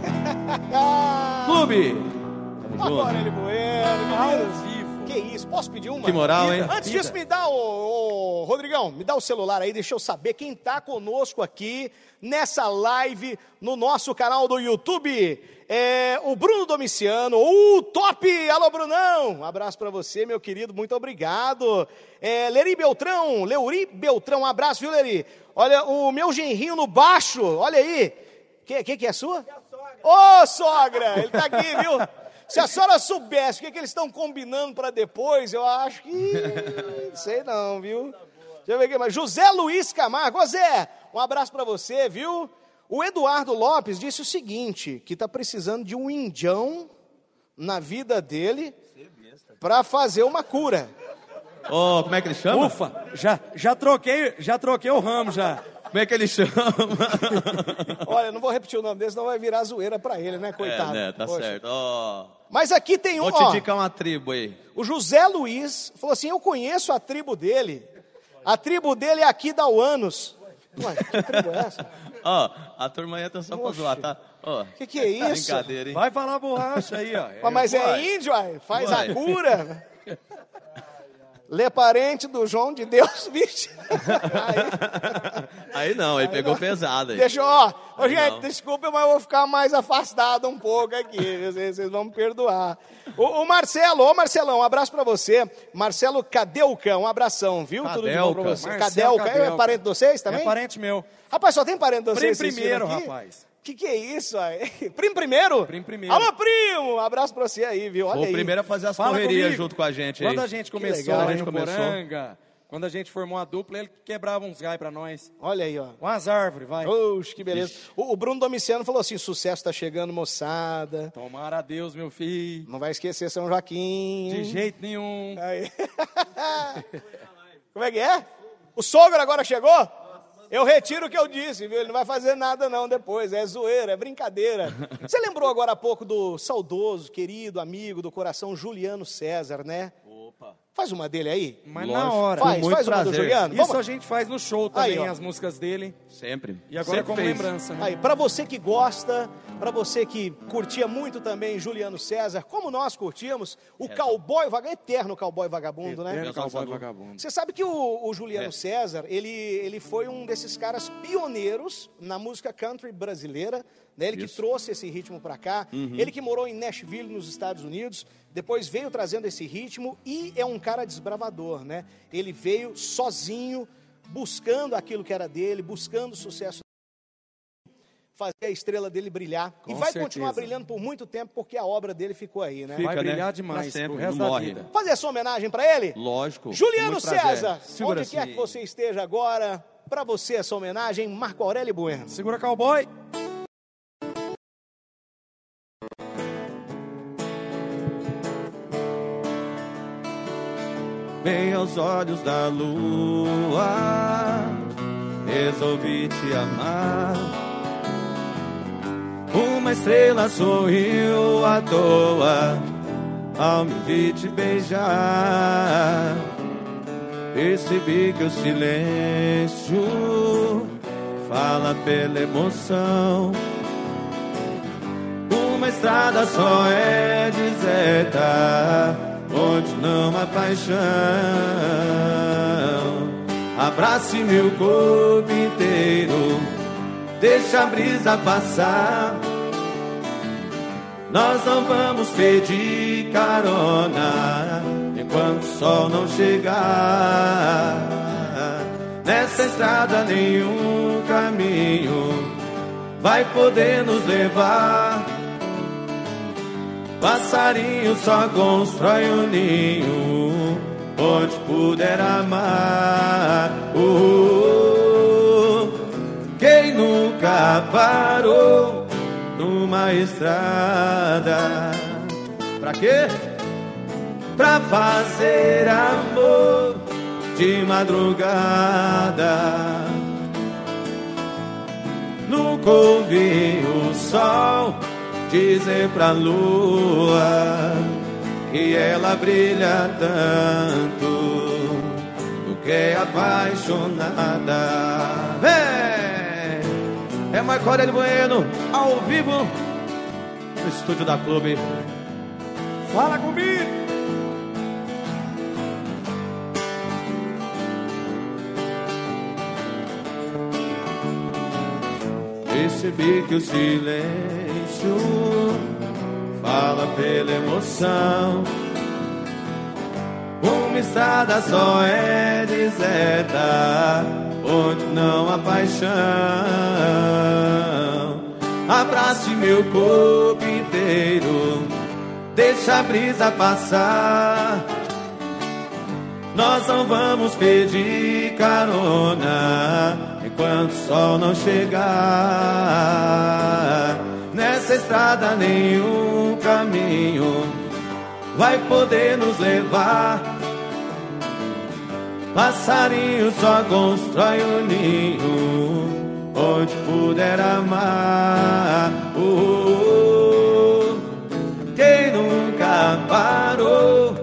Speaker 5: Clube! Tamo junto.
Speaker 3: Agora ele Bueno,
Speaker 2: Ao
Speaker 3: meninos.
Speaker 2: vivo.
Speaker 3: Que isso? Posso pedir uma?
Speaker 5: Que moral, hein?
Speaker 3: Antes disso, me dá o, o- bom. Rodrigão, me dá o celular aí, deixa eu saber quem está conosco aqui nessa live no nosso canal do YouTube. É, o Bruno Domiciano, o top! Alô, Brunão! Um abraço para você, meu querido, muito obrigado. É, Leri Beltrão, Leuri Beltrão, um abraço, viu, Leri? Olha, o meu genrinho no baixo, olha aí. Quem que, que é sua? Ô, sogra! Ele tá aqui, viu? Se a senhora soubesse o que, que eles estão combinando para depois, eu acho que. Não sei não, viu? Deixa eu ver aqui. Mas José Luiz Camargo, Ô, Zé, um abraço para você, viu? O Eduardo Lopes disse o seguinte: que tá precisando de um indião na vida dele para fazer uma cura.
Speaker 5: Ô, como é que ele chama?
Speaker 2: Ufa, já, já troquei, já troquei o ramo já.
Speaker 5: Como é que ele chama?
Speaker 3: Olha, não vou repetir o nome dele, senão vai virar zoeira para ele, né, coitado?
Speaker 5: É, né, tá
Speaker 3: Poxa.
Speaker 5: certo. Ó,
Speaker 3: Mas aqui tem um.
Speaker 5: vou te
Speaker 3: ó,
Speaker 5: indicar uma tribo aí.
Speaker 3: O José Luiz falou assim: Eu conheço a tribo dele. A tribo dele é aqui da Uanos. Ué, que tribo é essa?
Speaker 5: Ó, a turma aí tá só pra
Speaker 3: Oxe.
Speaker 5: zoar, tá? Ó, Tá
Speaker 3: Que que é isso?
Speaker 5: brincadeira, hein?
Speaker 2: Vai falar borracha aí, ó.
Speaker 3: Ué, Mas
Speaker 5: Uai.
Speaker 3: é índio, uai, faz a
Speaker 5: Uai.
Speaker 3: cura. Lê parente do João de Deus, vixe. Aí,
Speaker 5: Aí não, aí pegou pesado aí.
Speaker 3: deixa eu, ó. Ô,
Speaker 5: Aí
Speaker 3: gente,
Speaker 5: não.
Speaker 3: desculpa, mas eu vou ficar mais afastado um pouco aqui. Vocês, vocês vão me perdoar. O, o Marcelo, ô Marcelão, um abraço pra você. Marcelo Cadeuca, um abração, viu? Tudo de bom pra
Speaker 5: Cadeuca.
Speaker 3: você.
Speaker 2: Marcelo
Speaker 3: Cadeuca, é
Speaker 2: Cadeuca.
Speaker 3: parente de vocês também?
Speaker 2: É parente meu.
Speaker 3: Rapaz, só tem parente de vocês.
Speaker 2: Prim
Speaker 3: vocês viram
Speaker 2: primeiro,
Speaker 3: aqui?
Speaker 2: rapaz.
Speaker 3: Que que é isso aí? Primo primeiro?
Speaker 2: Prim primeiro.
Speaker 3: Alô, primo! Um abraço pra você aí, viu? Olha
Speaker 5: Vou
Speaker 3: aí.
Speaker 5: primeiro a fazer as
Speaker 2: Fala
Speaker 5: correrias
Speaker 2: comigo.
Speaker 5: junto com a gente aí.
Speaker 2: Quando a gente começou
Speaker 3: legal,
Speaker 2: lá
Speaker 5: a gente
Speaker 2: no
Speaker 5: começou.
Speaker 2: Poranga, quando a gente formou a dupla, ele quebrava uns gai pra nós.
Speaker 3: Olha aí, ó.
Speaker 2: Umas árvores, vai.
Speaker 3: Oxe, que beleza. O, o Bruno Domiciano falou assim, sucesso tá chegando, moçada.
Speaker 2: Tomara a Deus, meu filho.
Speaker 3: Não vai esquecer São Joaquim.
Speaker 2: De jeito nenhum.
Speaker 3: Aí. Como é que é? O sogro agora chegou? Eu retiro o que eu disse, viu? Ele não vai fazer nada não depois, é zoeira, é brincadeira. Você lembrou agora há pouco do saudoso, querido amigo do coração Juliano César, né? Opa. Faz uma dele aí.
Speaker 2: Mas
Speaker 5: Lógico.
Speaker 2: na hora.
Speaker 3: Faz,
Speaker 5: com muito
Speaker 3: faz uma do
Speaker 5: prazer.
Speaker 3: Juliano.
Speaker 2: Isso a
Speaker 3: Vamos.
Speaker 2: gente faz no show
Speaker 3: Aí,
Speaker 2: também,
Speaker 3: ó.
Speaker 2: as músicas dele.
Speaker 5: Sempre.
Speaker 2: E agora
Speaker 5: Sempre
Speaker 2: como
Speaker 5: fez.
Speaker 2: lembrança, né?
Speaker 3: Aí, pra você que gosta, pra você que curtia muito também Juliano César, como nós curtíamos, o cowboy vagabundo, eterno cowboy vagabundo, né?
Speaker 2: Eterno cowboy
Speaker 5: Deus
Speaker 2: vagabundo.
Speaker 3: Você sabe que o, o Juliano
Speaker 5: É.
Speaker 3: César, ele, ele foi um desses caras pioneiros na música country brasileira, né? Ele que
Speaker 5: Isso. Uhum.
Speaker 3: trouxe esse ritmo pra cá, ele que morou em Nashville, nos Estados Unidos, depois veio trazendo esse ritmo e é um cara desbravador, né? Ele veio sozinho, buscando aquilo que era dele, buscando o sucesso fazer a estrela dele brilhar. e
Speaker 2: Com
Speaker 3: vai continuar
Speaker 2: certeza.
Speaker 3: brilhando por muito tempo, porque a obra dele ficou aí, né?
Speaker 2: Vai
Speaker 5: Fica,
Speaker 2: brilhar
Speaker 5: né?
Speaker 2: demais
Speaker 5: Pra
Speaker 2: pro
Speaker 5: sempre,
Speaker 2: resto
Speaker 5: não
Speaker 2: da
Speaker 5: morre.
Speaker 2: vida.
Speaker 3: Fazer essa homenagem pra ele?
Speaker 5: Lógico. com
Speaker 3: Juliano
Speaker 5: muito prazer.
Speaker 3: César,
Speaker 5: Segura
Speaker 3: onde quer
Speaker 5: assim.
Speaker 3: que você esteja agora, para você essa homenagem, Marco Aurélio Bueno.
Speaker 2: Segura cowboy.
Speaker 5: Bem aos olhos da lua, resolvi te amar. Uma estrela sorriu à toa ao me vir te beijar. Percebi que o silêncio fala pela emoção. Uma estrada só é deserta, onde não há paixão. Abrace meu corpo inteiro, deixa a brisa passar. Nós não vamos pedir carona enquanto o sol não chegar. Nessa estrada nenhum caminho vai poder nos levar. Passarinho só constrói um ninho onde puder amar. Oh, quem nunca parou numa estrada? Pra quê? Pra fazer amor de madrugada. Nunca ouvi o sol dizer pra lua que ela brilha tanto, porque é apaixonada. Vem! É Marco Aurélio Bueno, ao vivo, no estúdio da Clube.
Speaker 2: Fala comigo.
Speaker 5: percebi que o silêncio fala pela emoção. Uma estrada só é deserta, onde não há paixão. Abrace meu corpo inteiro, deixa a brisa passar. Nós não vamos pedir carona enquanto o sol não chegar. Nessa estrada nenhum caminho vai poder nos levar. Passarinho só constrói um ninho onde puder amar. Oh, oh, oh. Quem nunca parou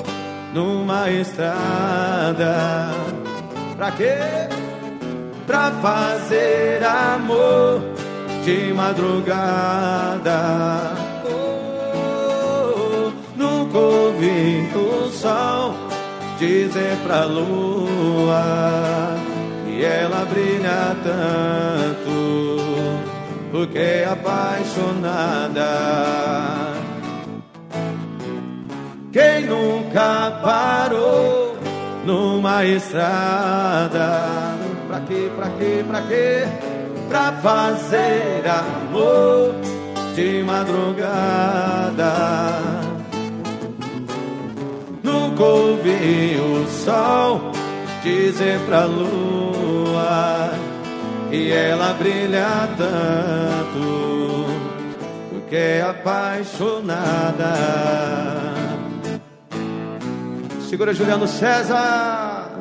Speaker 5: numa estrada? Pra quê? pra fazer amor de madrugada. Oh, nunca ouvi o sol dizer pra lua que ela brilha tanto, porque é apaixonada. Quem nunca parou numa estrada? pra quê, pra quê, pra quê? Pra fazer amor de madrugada. Nunca ouvi o sol dizer pra lua que ela brilha tanto porque é apaixonada. Segura Juliano César.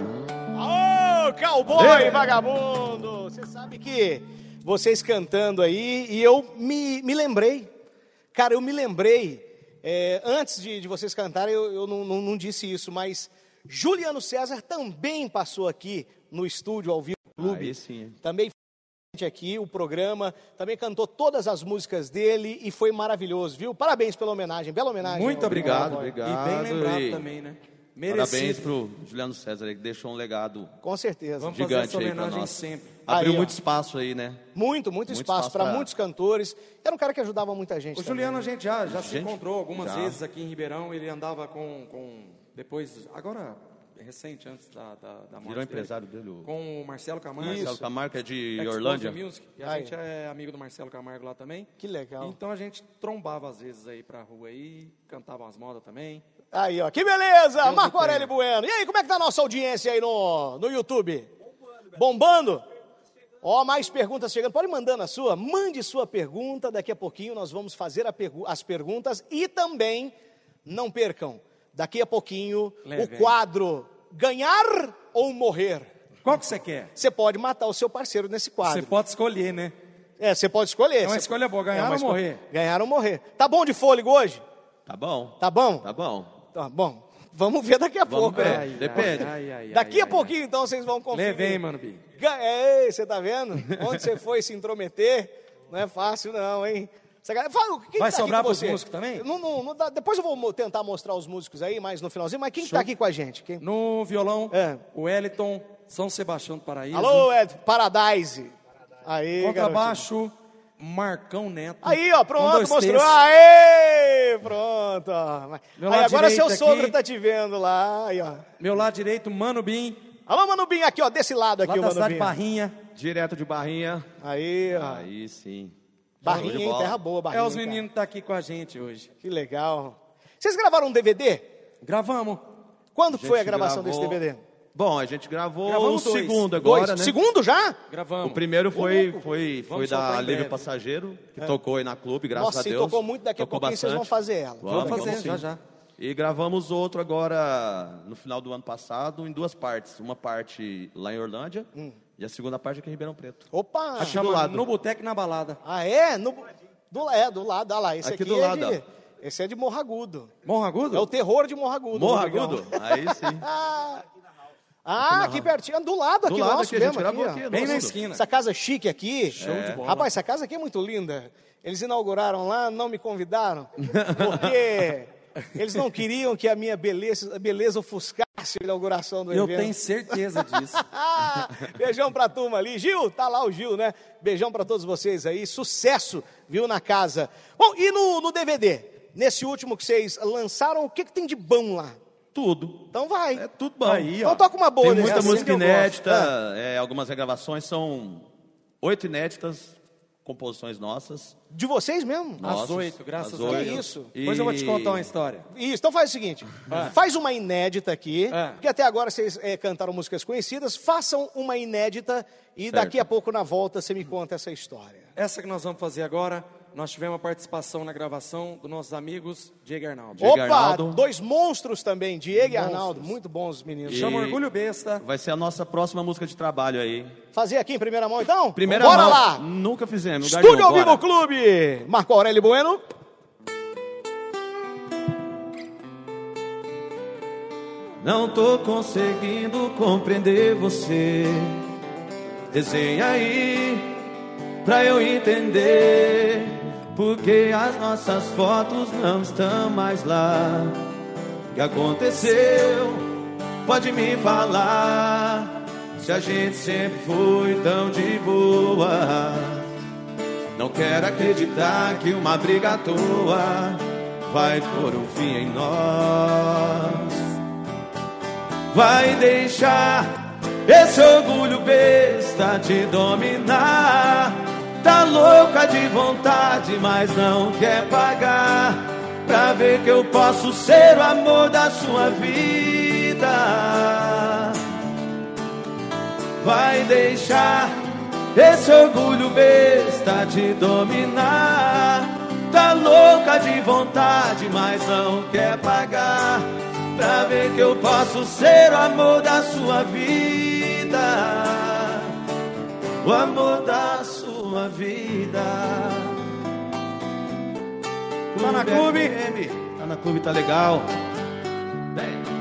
Speaker 3: Ô, cowboy vagabundo! Você sabe que vocês cantando aí, e eu me, me lembrei. Cara, eu me lembrei. é, antes de, de vocês cantarem, eu, eu não, não- não disse isso, mas Juliano César também passou aqui no estúdio ao vivo do clube.
Speaker 5: Aí sim, hein?
Speaker 3: Também gente aqui o programa, também cantou todas as músicas dele e foi maravilhoso, viu? Parabéns pela homenagem, bela homenagem.
Speaker 2: Muito
Speaker 5: Obrigado,
Speaker 2: cowboy.
Speaker 5: obrigado,
Speaker 2: E bem lembrado
Speaker 5: e-
Speaker 2: também, né?
Speaker 5: Parabéns
Speaker 2: Merecido.
Speaker 5: pro Juliano César, aí, que deixou um legado
Speaker 3: Com certeza.
Speaker 2: Vamos fazer
Speaker 5: gigante
Speaker 2: essa
Speaker 5: aí pra
Speaker 2: homenagem
Speaker 5: nós.
Speaker 2: sempre.
Speaker 5: Abriu
Speaker 3: Aí, ó.
Speaker 5: muito espaço aí, né?
Speaker 3: Muito, muito espaço
Speaker 5: espaço
Speaker 3: para
Speaker 5: pra-
Speaker 3: muitos cantores. Era um cara que ajudava muita gente.
Speaker 2: O
Speaker 3: também.
Speaker 2: Juliano, a gente já, já se
Speaker 5: Gente,
Speaker 2: encontrou algumas
Speaker 5: já.
Speaker 2: vezes aqui em Ribeirão. Ele andava com. com depois, agora, recente, antes da, da, da morte. dele,
Speaker 5: empresário dele, o-
Speaker 2: Com o Marcelo Camargo.
Speaker 5: Marcelo Camargo é de
Speaker 2: Explosive
Speaker 5: Orlândia.
Speaker 2: Music. E a
Speaker 3: Ah,
Speaker 2: gente é amigo do Marcelo Camargo lá também.
Speaker 3: Que legal.
Speaker 2: Então a gente trombava às vezes aí pra rua aí, cantava umas modas também.
Speaker 3: Aí, ó, que beleza! Marco Aurélio Bueno. E aí, como é que tá a nossa audiência aí no, no YouTube? Bombando? Ó, mais perguntas chegando. Pode ir mandando a sua. Mande sua pergunta. Daqui a pouquinho nós vamos fazer a pergu- as perguntas. E também, não percam, daqui a pouquinho
Speaker 2: Leve,
Speaker 3: o
Speaker 2: hein?
Speaker 3: quadro Ganhar ou Morrer.
Speaker 2: Qual que você quer?
Speaker 3: Você pode matar o seu parceiro nesse quadro.
Speaker 2: Você pode escolher, né?
Speaker 3: É, você pode escolher.
Speaker 2: É uma
Speaker 3: Você-
Speaker 2: escolha boa, ganhar
Speaker 3: uma
Speaker 2: ou
Speaker 3: escolha-
Speaker 2: morrer.
Speaker 3: Ganhar ou morrer. Tá bom de fôlego hoje?
Speaker 5: Tá bom,
Speaker 3: Tá bom?
Speaker 5: tá bom.
Speaker 3: Tá bom. Vamos ver daqui a
Speaker 5: Vamos
Speaker 3: pouco.
Speaker 5: ver.
Speaker 3: né?
Speaker 5: Depende.
Speaker 3: Daqui a pouquinho, então, vocês vão conferir.
Speaker 2: Levei, mano, Bi.
Speaker 3: Ga- Ei, você tá vendo? Onde você foi se intrometer? Não é fácil, não, hein? Essa galera- Fala, quem que
Speaker 2: Vai
Speaker 3: tá aqui
Speaker 2: sobrar
Speaker 3: com
Speaker 2: pros
Speaker 3: você?
Speaker 2: músicos também?
Speaker 3: Não, não, não dá. Depois eu vou mo- tentar mostrar os músicos aí, mais no finalzinho. Mas quem que tá aqui com a gente? Quem?
Speaker 2: No violão,
Speaker 3: É.
Speaker 2: o Wellington, São Sebastião do Paraíso.
Speaker 3: Alô, é Paradise. Aí, garotinho.
Speaker 2: Contrabaixo, Marcão Neto.
Speaker 3: Aí, ó,
Speaker 2: Um,
Speaker 3: pronto,
Speaker 2: dois,
Speaker 3: mostrou. Ah.
Speaker 2: três.
Speaker 3: Aê, pronto. ó.
Speaker 2: Meu
Speaker 3: Aí,
Speaker 2: lado
Speaker 3: agora seu
Speaker 2: direito
Speaker 3: sogro
Speaker 2: aqui.
Speaker 3: tá te vendo lá. Aí, ó.
Speaker 2: Meu lado direito, Mano Bim,
Speaker 3: Alô, Mano Binho, aqui, ó, desse lado aqui,
Speaker 2: lá
Speaker 3: o
Speaker 2: da
Speaker 3: Mano
Speaker 2: cidade de
Speaker 3: Binho.
Speaker 2: Barrinha.
Speaker 5: Direto de Barrinha.
Speaker 3: Aí, ó.
Speaker 5: Aí sim. Show
Speaker 3: Barrinha,
Speaker 5: de
Speaker 3: hein?
Speaker 5: bola.
Speaker 3: Terra boa, Barrinha.
Speaker 2: é os
Speaker 3: cara.
Speaker 2: meninos que tá aqui com a gente hoje.
Speaker 3: Que legal. Vocês gravaram um DVD?
Speaker 2: Gravamos.
Speaker 3: Quando que
Speaker 5: gente
Speaker 3: foi a gravação
Speaker 5: gravou-
Speaker 3: desse DVD?
Speaker 5: Bom, a gente gravou
Speaker 2: Gravamos
Speaker 5: o
Speaker 2: dois.
Speaker 5: segundo agora,
Speaker 3: Dois.
Speaker 5: né?
Speaker 3: Segundo já?
Speaker 2: Gravamos.
Speaker 5: O primeiro foi, foi, foi
Speaker 2: Vamos soltar
Speaker 5: da
Speaker 2: em breve.
Speaker 5: Livre Passageiro, que tocou aí na clube, graças
Speaker 3: É. Nossa,
Speaker 5: a
Speaker 3: e
Speaker 5: Deus.
Speaker 3: tocou muito, daqui a
Speaker 5: Tocou
Speaker 3: pouquinho vocês vão
Speaker 5: bastante.
Speaker 3: fazer ela.
Speaker 2: Vamos fazer,
Speaker 5: sim.
Speaker 2: já, já.
Speaker 5: E gravamos outro agora no final do ano passado, em duas partes. Uma parte lá em Orlândia
Speaker 3: Hum.
Speaker 5: e a segunda parte aqui em Ribeirão Preto.
Speaker 3: Opa!
Speaker 5: Achamos-
Speaker 2: Chama
Speaker 5: do lado.
Speaker 2: No Boteco e na Balada.
Speaker 3: Ah, é? No... Do... É, do lado, olha lá. Esse aqui,
Speaker 5: Aqui do
Speaker 3: é
Speaker 5: lado,
Speaker 3: de... Esse é de Morragudo.
Speaker 2: Bom
Speaker 3: É o
Speaker 2: Ragudo?
Speaker 3: terror de Morragudo.
Speaker 5: Morra
Speaker 3: Rodrigão.
Speaker 5: Agudo? Aí sim.
Speaker 3: Ah, ah aqui pertinho. Do lado aqui
Speaker 5: Do lado
Speaker 3: nosso
Speaker 5: aqui, a gente
Speaker 3: mesmo.
Speaker 5: gravou
Speaker 3: ó.
Speaker 5: aqui. né?
Speaker 2: Bem na
Speaker 5: Nossa,
Speaker 2: esquina.
Speaker 3: Essa casa chique aqui. Show
Speaker 2: de bola.
Speaker 3: Rapaz, essa casa aqui é muito linda. Eles inauguraram lá, não me convidaram, porque Eles não queriam que a minha beleza, a beleza ofuscasse a inauguração do
Speaker 2: Eu
Speaker 3: evento.
Speaker 2: tenho certeza disso.
Speaker 3: Beijão pra turma ali. Gil, tá lá o Gil, né? Beijão pra todos vocês aí. Sucesso, viu, na casa. Bom, e no, no DVD? Nesse último que vocês lançaram, o que, que tem de bom lá?
Speaker 5: Tudo.
Speaker 3: Então vai.
Speaker 5: É tudo bom.
Speaker 2: Aí, ó.
Speaker 3: então toca uma boa
Speaker 5: Tem
Speaker 3: nesse
Speaker 5: muita
Speaker 3: assim que
Speaker 5: música
Speaker 3: eu gosto.
Speaker 5: inédita, é, algumas regravações, são oito inéditas, composições nossas.
Speaker 3: De vocês mesmo?
Speaker 5: nossas,
Speaker 2: oito, graças
Speaker 5: as
Speaker 2: a Deus.
Speaker 5: oito.
Speaker 3: Que isso?
Speaker 5: E-
Speaker 2: Depois eu vou te contar uma história.
Speaker 3: Isso, então faz o seguinte:
Speaker 5: Ah.
Speaker 3: faz uma inédita aqui,
Speaker 2: Ah.
Speaker 3: porque até agora vocês eh, cantaram músicas conhecidas, façam uma inédita e
Speaker 5: Certo.
Speaker 3: daqui a pouco, na volta, você me conta essa história.
Speaker 2: Essa que nós vamos fazer agora, nós tivemos a participação na gravação dos nossos amigos Diego e Arnaldo.
Speaker 5: Diego
Speaker 3: Opa,
Speaker 5: Arnaldo.
Speaker 3: dois monstros também, Diego e Arnaldo, muito bons meninos.
Speaker 5: E-
Speaker 2: Chama Orgulho Besta.
Speaker 5: Vai ser a nossa próxima música de trabalho aí.
Speaker 3: Fazer aqui em primeira mão, então?
Speaker 5: Primeira
Speaker 3: Bora
Speaker 5: mão,
Speaker 3: lá!
Speaker 5: Nunca fizemos.
Speaker 3: Estúdio ao Vivo
Speaker 5: Gardel, bora.
Speaker 3: Clube! Marco Aurélio Bueno.
Speaker 5: Não tô conseguindo compreender você. Desenha aí pra eu entender. Porque as nossas fotos não estão mais lá. O que aconteceu? Pode me falar. Se a gente sempre foi tão de boa. Não quero acreditar que uma briga à toa vai pôr um fim em nós vai deixar esse orgulho besta te dominar. Tá louca de vontade, mas não quer pagar. Pra ver que eu posso ser o amor da sua vida. Vai deixar esse orgulho besta te dominar. Tá louca de vontade, mas não quer pagar. Pra ver que eu posso ser o amor da sua vida. O amor da sua vida.
Speaker 2: Tá na Clube?
Speaker 5: FM. Tá na clube, tá legal. Vem.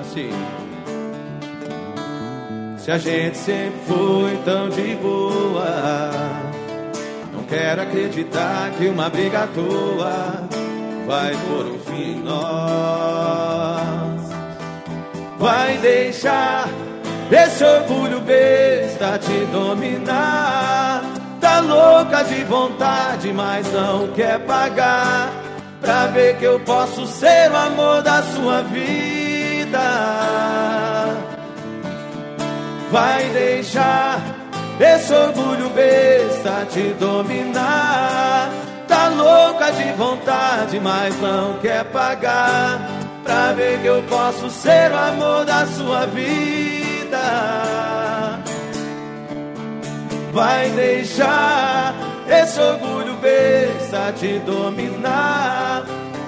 Speaker 5: assim. Se a gente sempre foi tão de boa, não quero acreditar que uma briga à toa vai pôr um fim em nós. Vai deixar esse orgulho besta te dominar. Tá louca de vontade, mas não quer pagar. Pra ver que eu posso ser o amor da sua vida. Vai deixar esse orgulho besta te dominar. Tá louca de vontade, mas não quer pagar. Pra ver que eu posso ser o amor da sua vida. Vai deixar esse orgulho besta te dominar.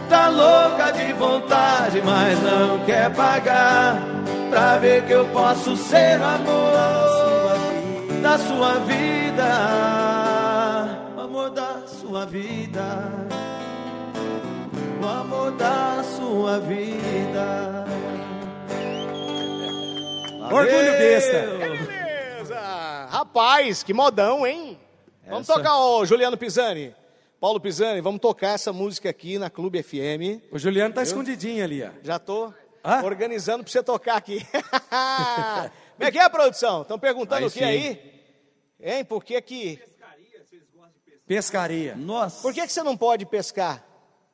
Speaker 5: Tá louca de vontade, mas não quer pagar. Pra ver que eu posso ser o amor da sua vida. O amor da sua vida. O amor da sua vida.
Speaker 2: Orgulho besta.
Speaker 3: Beleza! Rapaz, que modão, hein? Vamos
Speaker 5: Essa-
Speaker 3: tocar, ó, Juliano Pisani. Paulo Pisani, vamos tocar essa música aqui na Clube FM.
Speaker 2: O Juliano tá escondidinho ali, ó.
Speaker 3: Já tô
Speaker 2: Ah?
Speaker 3: organizando pra você tocar aqui. Como é que é, produção? Estão perguntando
Speaker 5: Aí
Speaker 3: o que
Speaker 5: sim.
Speaker 3: aí? Hein, por que que...
Speaker 2: Pescaria.
Speaker 5: Nossa.
Speaker 3: Por que que você não pode pescar?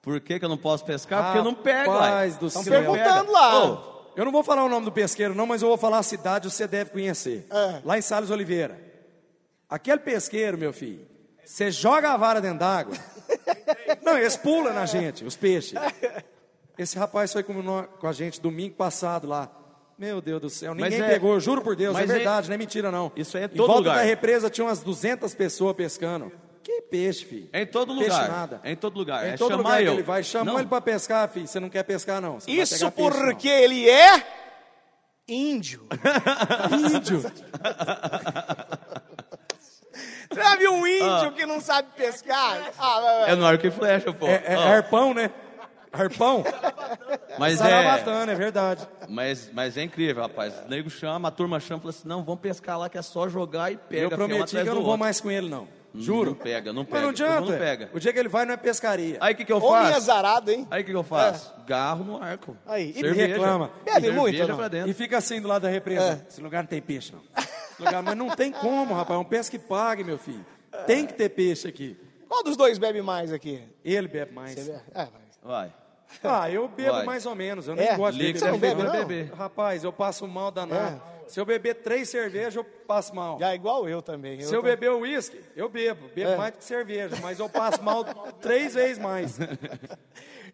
Speaker 5: Por que, que eu não posso pescar? Porque eu
Speaker 2: Ah,
Speaker 5: não pego,
Speaker 2: Rapaz
Speaker 5: uai.
Speaker 2: do
Speaker 5: Então
Speaker 2: céu.
Speaker 5: pega.
Speaker 3: Perguntando lá.
Speaker 5: Ô,
Speaker 2: Eu não vou falar o nome do pesqueiro, não, mas eu vou falar a cidade, você deve conhecer.
Speaker 3: Ah.
Speaker 2: Lá em Salles Oliveira. Aquele pesqueiro, meu filho, você joga a vara dentro d'água. não, eles pulam na gente, os peixes. Esse rapaz foi com, nó- com a gente domingo passado lá. Meu Deus do céu,
Speaker 5: Mas
Speaker 2: ninguém
Speaker 5: é-
Speaker 2: pegou, juro por Deus, é
Speaker 5: mas é-
Speaker 2: verdade, não é mentira não.
Speaker 5: Isso aí é
Speaker 2: Em
Speaker 5: todo
Speaker 2: volta
Speaker 5: lugar.
Speaker 2: da represa tinha umas 200 pessoas pescando. Que peixe, filho.
Speaker 5: É em todo
Speaker 2: Peixe
Speaker 5: lugar.
Speaker 2: nada.
Speaker 5: É em todo lugar.
Speaker 2: É em
Speaker 5: É
Speaker 2: todo
Speaker 5: chamar
Speaker 2: lugar que
Speaker 5: eu.
Speaker 2: ele vai. Chamou
Speaker 5: Não.
Speaker 2: ele pra pescar, filho. Você não quer pescar, não. Você não vai
Speaker 3: Isso
Speaker 2: pegar peixe, não.
Speaker 3: porque ele é índio.
Speaker 2: Índio.
Speaker 3: Você já viu um índio que não sabe pescar? Ah, vai, vai.
Speaker 5: É no arco e flecha, pô.
Speaker 2: É, é
Speaker 5: Ó,
Speaker 2: arpão, né? Arpão?
Speaker 5: Mas é,
Speaker 2: Sarabatana, é verdade.
Speaker 5: mas, mas é incrível, rapaz. O nego chama, a turma chama e fala assim: não, vamos pescar lá que é só jogar e pega.
Speaker 2: eu
Speaker 5: fica um
Speaker 2: prometi
Speaker 5: atrás
Speaker 2: que eu
Speaker 5: do
Speaker 2: não vou
Speaker 5: outro. Hum.
Speaker 2: mais com ele, não. Juro.
Speaker 5: Não pega, não pega.
Speaker 2: Mas não
Speaker 5: todo mundo
Speaker 2: adianta.
Speaker 5: pega.
Speaker 2: O dia que ele vai não é pescaria.
Speaker 5: Aí o que, que eu
Speaker 3: Homem
Speaker 5: faço?
Speaker 3: azarado, hein?
Speaker 5: Aí o que, que eu faço?
Speaker 2: É.
Speaker 5: Garro no arco.
Speaker 3: Aí, e
Speaker 2: reclama.
Speaker 3: Bebe
Speaker 5: Cerveja
Speaker 1: é
Speaker 3: muito ou não?
Speaker 5: pra dentro.
Speaker 2: E fica assim do lado da
Speaker 5: É.
Speaker 2: represa. Esse lugar não tem peixe, não. Esse lugar, mas não tem como, rapaz. É um pesca que pague, meu filho. Tem que ter peixe aqui.
Speaker 3: Qual dos dois bebe mais aqui?
Speaker 2: Ele bebe mais.
Speaker 3: Ah, mas-
Speaker 5: Vai.
Speaker 2: Ah, eu bebo
Speaker 5: Vai.
Speaker 2: mais ou menos. Eu nem
Speaker 3: É?
Speaker 2: gosto de
Speaker 5: Liga
Speaker 2: beber.
Speaker 5: você não
Speaker 3: bebe,
Speaker 5: bebe,
Speaker 3: não?
Speaker 5: beber.
Speaker 2: Rapaz, eu passo mal danado. Se eu beber três cervejas, eu passo mal.
Speaker 3: É. Já é igual eu também. É.
Speaker 2: Se eu
Speaker 3: tam-
Speaker 2: beber uísque, eu bebo. Bebo mais do que cerveja, mas eu passo mal três vezes mais.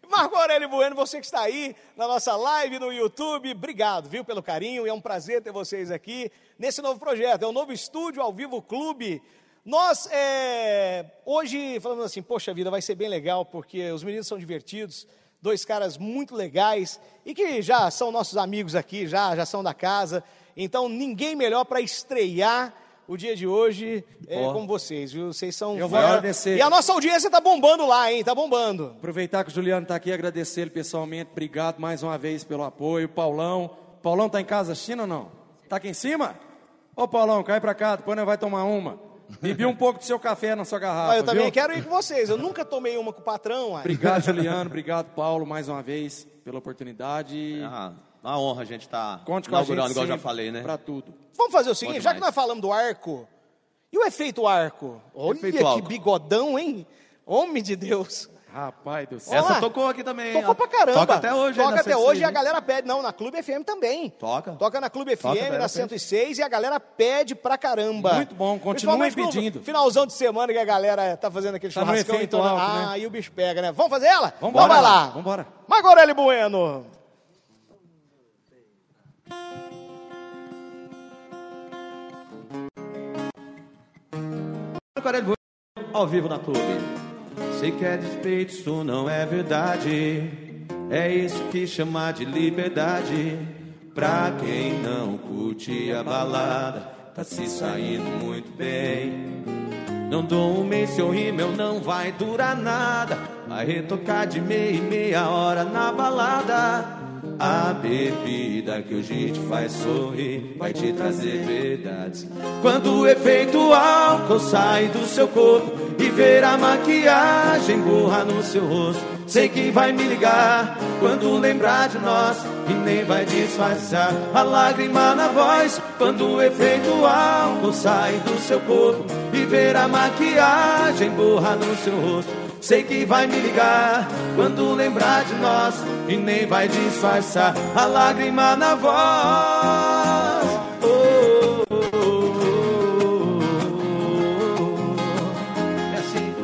Speaker 3: Marco Aurélio Bueno, você que está aí na nossa live no YouTube, obrigado, viu, pelo carinho. É um prazer ter vocês aqui nesse novo projeto. É o novo estúdio ao vivo clube. Nós é, hoje falamos assim, poxa vida, vai ser bem legal, porque os meninos são divertidos, dois caras muito legais e que já são nossos amigos aqui, já, já são da casa. Então, ninguém melhor para estrear o dia de hoje é,
Speaker 5: Ó.
Speaker 3: como vocês, viu? Vocês são.
Speaker 2: Eu vou
Speaker 3: fera.
Speaker 2: agradecer.
Speaker 3: E a nossa audiência tá bombando lá, hein? Tá bombando.
Speaker 2: Aproveitar que o Juliano está aqui e agradecer ele pessoalmente. Obrigado mais uma vez pelo apoio. Paulão. Paulão está em casa, China ou não? Está aqui em cima? Ô, Paulão, cai para cá, depois nós vai tomar uma. Bebi um pouco do seu café na sua garrafa.
Speaker 3: Ah, eu também
Speaker 2: viu?
Speaker 3: quero ir com vocês. Eu nunca tomei uma com o patrão. uai.
Speaker 2: Obrigado, Juliano. Obrigado, Paulo, mais uma vez pela oportunidade.
Speaker 5: Ah, uma honra a gente estar
Speaker 2: Conte com a gente.
Speaker 5: inaugurando, igual eu já
Speaker 2: sempre
Speaker 5: falei, né?
Speaker 2: Pra tudo.
Speaker 3: Vamos fazer o seguinte,
Speaker 5: Bom
Speaker 3: já
Speaker 5: demais.
Speaker 3: que nós falamos do arco, e o efeito arco? Olha
Speaker 5: Efeito
Speaker 3: que
Speaker 5: arco.
Speaker 3: bigodão, hein? Homem de Deus.
Speaker 2: Rapaz do céu.
Speaker 3: Olha lá.
Speaker 5: Essa tocou aqui também.
Speaker 3: Tocou
Speaker 5: ó.
Speaker 3: pra caramba.
Speaker 5: Toca até hoje. aí
Speaker 3: É, Toca
Speaker 5: na
Speaker 3: até hoje e a
Speaker 5: 106,
Speaker 3: galera pede. Não, na Clube FM também.
Speaker 5: Toca.
Speaker 3: Toca na Clube FM,
Speaker 5: Toca, galera,
Speaker 3: na
Speaker 5: pede.
Speaker 3: 106, e a galera pede pra caramba.
Speaker 2: Muito bom, continuem
Speaker 3: Principalmente no
Speaker 2: pedindo.
Speaker 3: Finalzão de semana que a galera tá fazendo aquele
Speaker 2: Tá no
Speaker 3: churrascão.
Speaker 2: efeito
Speaker 3: então,
Speaker 2: alto,
Speaker 3: ah,
Speaker 2: né?
Speaker 3: aí o bicho pega, né? Vamos fazer ela?
Speaker 2: Vambora,
Speaker 3: Então vai lá.
Speaker 2: vambora.
Speaker 3: Marco Aurélio Bueno.
Speaker 5: Cara de boi, ao vivo na clube. Sei que é despeito, isso não é verdade. É isso que chama de liberdade. Pra quem não curte a balada, tá se saindo muito bem. Não dou um mês, seu rímel não vai durar nada. Vai retocar de meia e meia hora na balada. A bebida que hoje te faz sorrir vai te trazer verdades. Quando o efeito álcool sai do seu corpo e ver a maquiagem borrar no seu rosto, sei que vai me ligar quando lembrar de nós e nem vai disfarçar a lágrima na voz. Quando o efeito álcool sai do seu corpo e ver a maquiagem borrar no seu rosto. Sei que vai me ligar quando lembrar de nós e nem vai disfarçar a lágrima na voz. Oh, oh, oh, oh, oh. É assim.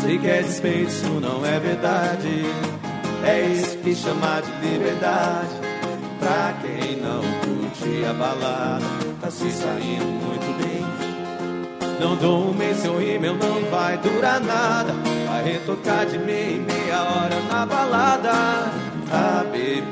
Speaker 5: Sei que é despeito, isso não é verdade. É isso que chama de liberdade. Pra quem não curte a balada, tá se saindo muito bem. Não dou um mês, seu rímel não vai durar nada. Vai retocar de meia e meia hora na balada. A bebida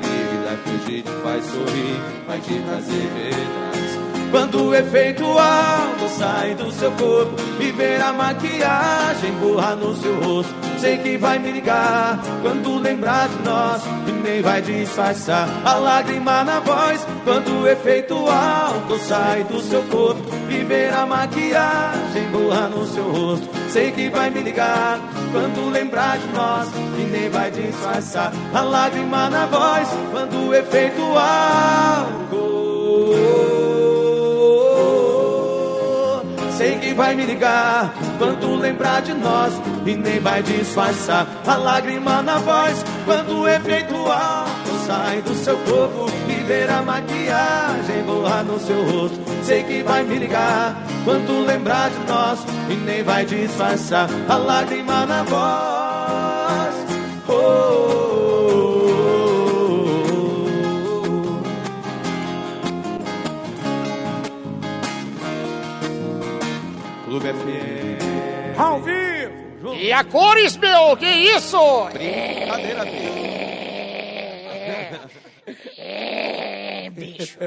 Speaker 5: que hoje te faz sorrir vai te trazer verdades. Quando o efeito alto sai do seu corpo e ver a maquiagem borrar no seu rosto, sei que vai me ligar quando lembrar de nós e nem vai disfarçar a lágrima na voz. Quando o efeito alto sai do seu corpo e ver a maquiagem borrar no seu rosto, sei que vai me ligar quando lembrar de nós e nem vai disfarçar a lágrima na voz. Quando o efeito álcool Sei que vai me ligar quando lembrar de nós e nem vai disfarçar a lágrima na voz quando o efeito álcool sai do seu corpo e ver a maquiagem borrar no seu rosto. Sei que vai me ligar quando lembrar de nós e nem vai disfarçar a lágrima na voz. Oh, oh, oh, oh, oh. Clube FM.
Speaker 2: Ao vivo!
Speaker 1: Hum.
Speaker 4: E a cores, meu, que isso?
Speaker 5: Brincadeira, bicho.
Speaker 4: É, bicho.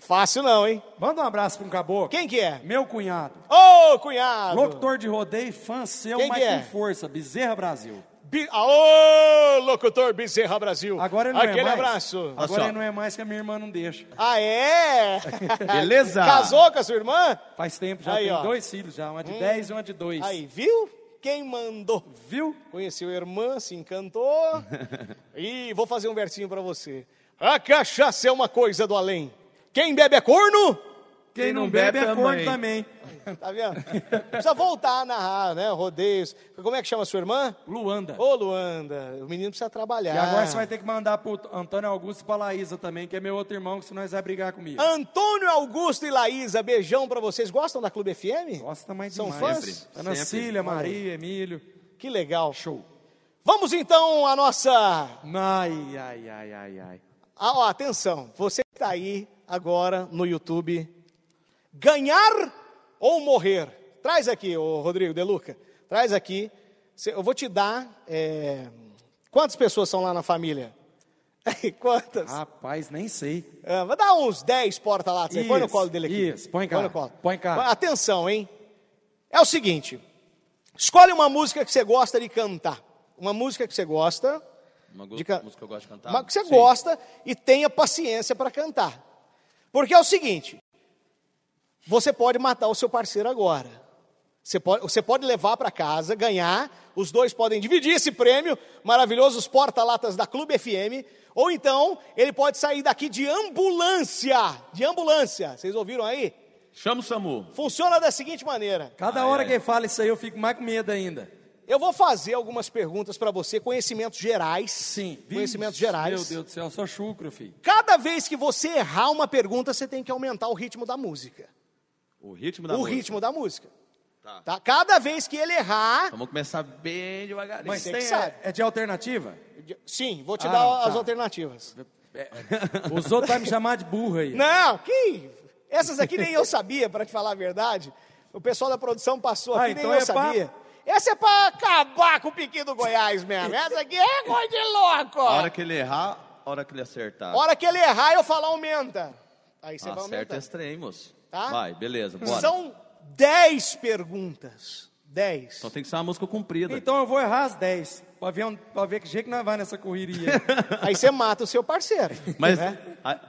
Speaker 3: Fácil não, hein?
Speaker 2: Manda um abraço pra um caboclo.
Speaker 3: Quem que é?
Speaker 2: Meu cunhado.
Speaker 3: Ô, cunhado!
Speaker 2: Locutor de rodeio, fã seu,
Speaker 3: Quem
Speaker 2: mas
Speaker 3: que
Speaker 2: com
Speaker 3: é?
Speaker 2: força. Bezerra Brasil.
Speaker 3: Bi... Aô, locutor Bezerra Brasil!
Speaker 2: Agora ele não
Speaker 3: Aquele
Speaker 2: é mais.
Speaker 3: abraço!
Speaker 2: Agora
Speaker 5: só.
Speaker 2: ele não é mais que a minha irmã não deixa.
Speaker 3: Ah, é?
Speaker 5: Beleza?
Speaker 3: Casou com a sua irmã?
Speaker 2: Faz tempo, já
Speaker 3: Aí,
Speaker 2: tem
Speaker 3: ó.
Speaker 2: dois filhos já, uma de 10 e uma de 2.
Speaker 3: Aí, viu? Quem mandou?
Speaker 2: Viu?
Speaker 3: Conheceu a irmã, se encantou. e vou fazer um versinho pra você. A cachaça é uma coisa do além. Quem bebe é corno?
Speaker 2: Quem não bebe é corno também.
Speaker 3: Tá vendo? Precisa voltar a narrar, né? Rodeios. Como é que chama a sua irmã?
Speaker 2: Luanda.
Speaker 3: Ô, ah. Luanda, o menino precisa trabalhar.
Speaker 2: E agora você vai ter que mandar pro Antônio Augusto e pra Laísa também, que é meu outro irmão, que senão eles vai brigar
Speaker 3: Ah.
Speaker 2: comigo.
Speaker 3: Antônio Augusto e Laísa, beijão pra vocês. Gostam da Clube FM?
Speaker 2: Gosta mais
Speaker 3: São
Speaker 2: demais.
Speaker 3: fãs?
Speaker 2: Ana
Speaker 5: Sempre.
Speaker 2: Cília, Maria, Emílio.
Speaker 3: Que legal.
Speaker 2: Show.
Speaker 3: Vamos então à nossa
Speaker 2: Ai, ai, ai, ai, ai.
Speaker 3: Ah, ó, atenção, você que está aí agora no YouTube, ganhar ou morrer? Traz aqui, ô Rodrigo De Luca, traz aqui. Cê- Eu vou te dar. é, Quantas pessoas são lá na família? Quantas?
Speaker 2: Rapaz, nem sei.
Speaker 3: Ah, vai dar uns 10 porta-latas. aí. Põe no
Speaker 2: Isso,
Speaker 3: colo dele aqui.
Speaker 2: isso, põe cá,
Speaker 3: no colo.
Speaker 2: põe cá.
Speaker 3: Atenção, hein? É o seguinte: escolhe uma música que você gosta de cantar. Uma música que você gosta.
Speaker 5: Uma go-
Speaker 3: de can-
Speaker 5: música que eu gosto de cantar.
Speaker 3: Uma que você
Speaker 5: Sim.
Speaker 3: gosta e tenha paciência para cantar. Porque é o seguinte: você pode matar o seu parceiro agora. Você pode, você pode levar para casa, ganhar, os dois podem dividir esse prêmio, maravilhoso, os porta-latas da Clube FM, ou então ele pode sair daqui de ambulância, de ambulância, vocês ouviram aí?
Speaker 5: Chama o Samu.
Speaker 3: Funciona da seguinte maneira,
Speaker 2: Cada
Speaker 5: Ai,
Speaker 2: hora
Speaker 5: ai.
Speaker 2: que ele fala isso aí, eu fico mais com medo ainda.
Speaker 3: eu vou fazer algumas perguntas para você, conhecimentos gerais,
Speaker 2: Sim.
Speaker 3: conhecimentos
Speaker 2: Vixe,
Speaker 3: gerais.
Speaker 2: Meu Deus do céu, eu sou chucro, filho.
Speaker 3: Cada vez que você errar uma pergunta, você tem que aumentar o ritmo da música.
Speaker 5: O ritmo da
Speaker 3: o
Speaker 5: música.
Speaker 3: ritmo da música.
Speaker 5: Tá.
Speaker 3: Tá? Cada vez que ele errar.
Speaker 5: Então Vamos começar bem devagarinho.
Speaker 2: Mas
Speaker 3: Você
Speaker 2: tem,
Speaker 3: que sabe.
Speaker 2: é, é de alternativa?
Speaker 3: Sim, vou te
Speaker 2: Ah,
Speaker 3: dar
Speaker 2: tá.
Speaker 3: as alternativas.
Speaker 2: Os outros vão me chamar de burro aí.
Speaker 3: Não, que. Essas aqui nem eu sabia, para te falar a verdade. O pessoal da produção passou aqui,
Speaker 2: Ah,
Speaker 3: nem
Speaker 2: então
Speaker 3: eu
Speaker 2: é pra-
Speaker 3: sabia. Essa é pra acabar com o piqui do Goiás mesmo. Essa aqui é coisa de louco.
Speaker 5: A hora que ele errar, a hora que ele acertar.
Speaker 3: Hora que ele errar, eu falar aumenta. Aí
Speaker 2: Ah,
Speaker 3: você vai
Speaker 2: é
Speaker 5: Acerta
Speaker 3: aumentar.
Speaker 5: esse trem, moço.
Speaker 3: Tá?
Speaker 5: Vai, beleza, bora.
Speaker 3: São 10 perguntas. 10.
Speaker 5: Então tem que ser uma música comprida.
Speaker 2: Então eu vou errar as 10, pra ver, onde- pra ver que jeito que nós vai nessa correria.
Speaker 3: Aí você mata o seu parceiro.
Speaker 5: Mas
Speaker 3: né?
Speaker 5: a-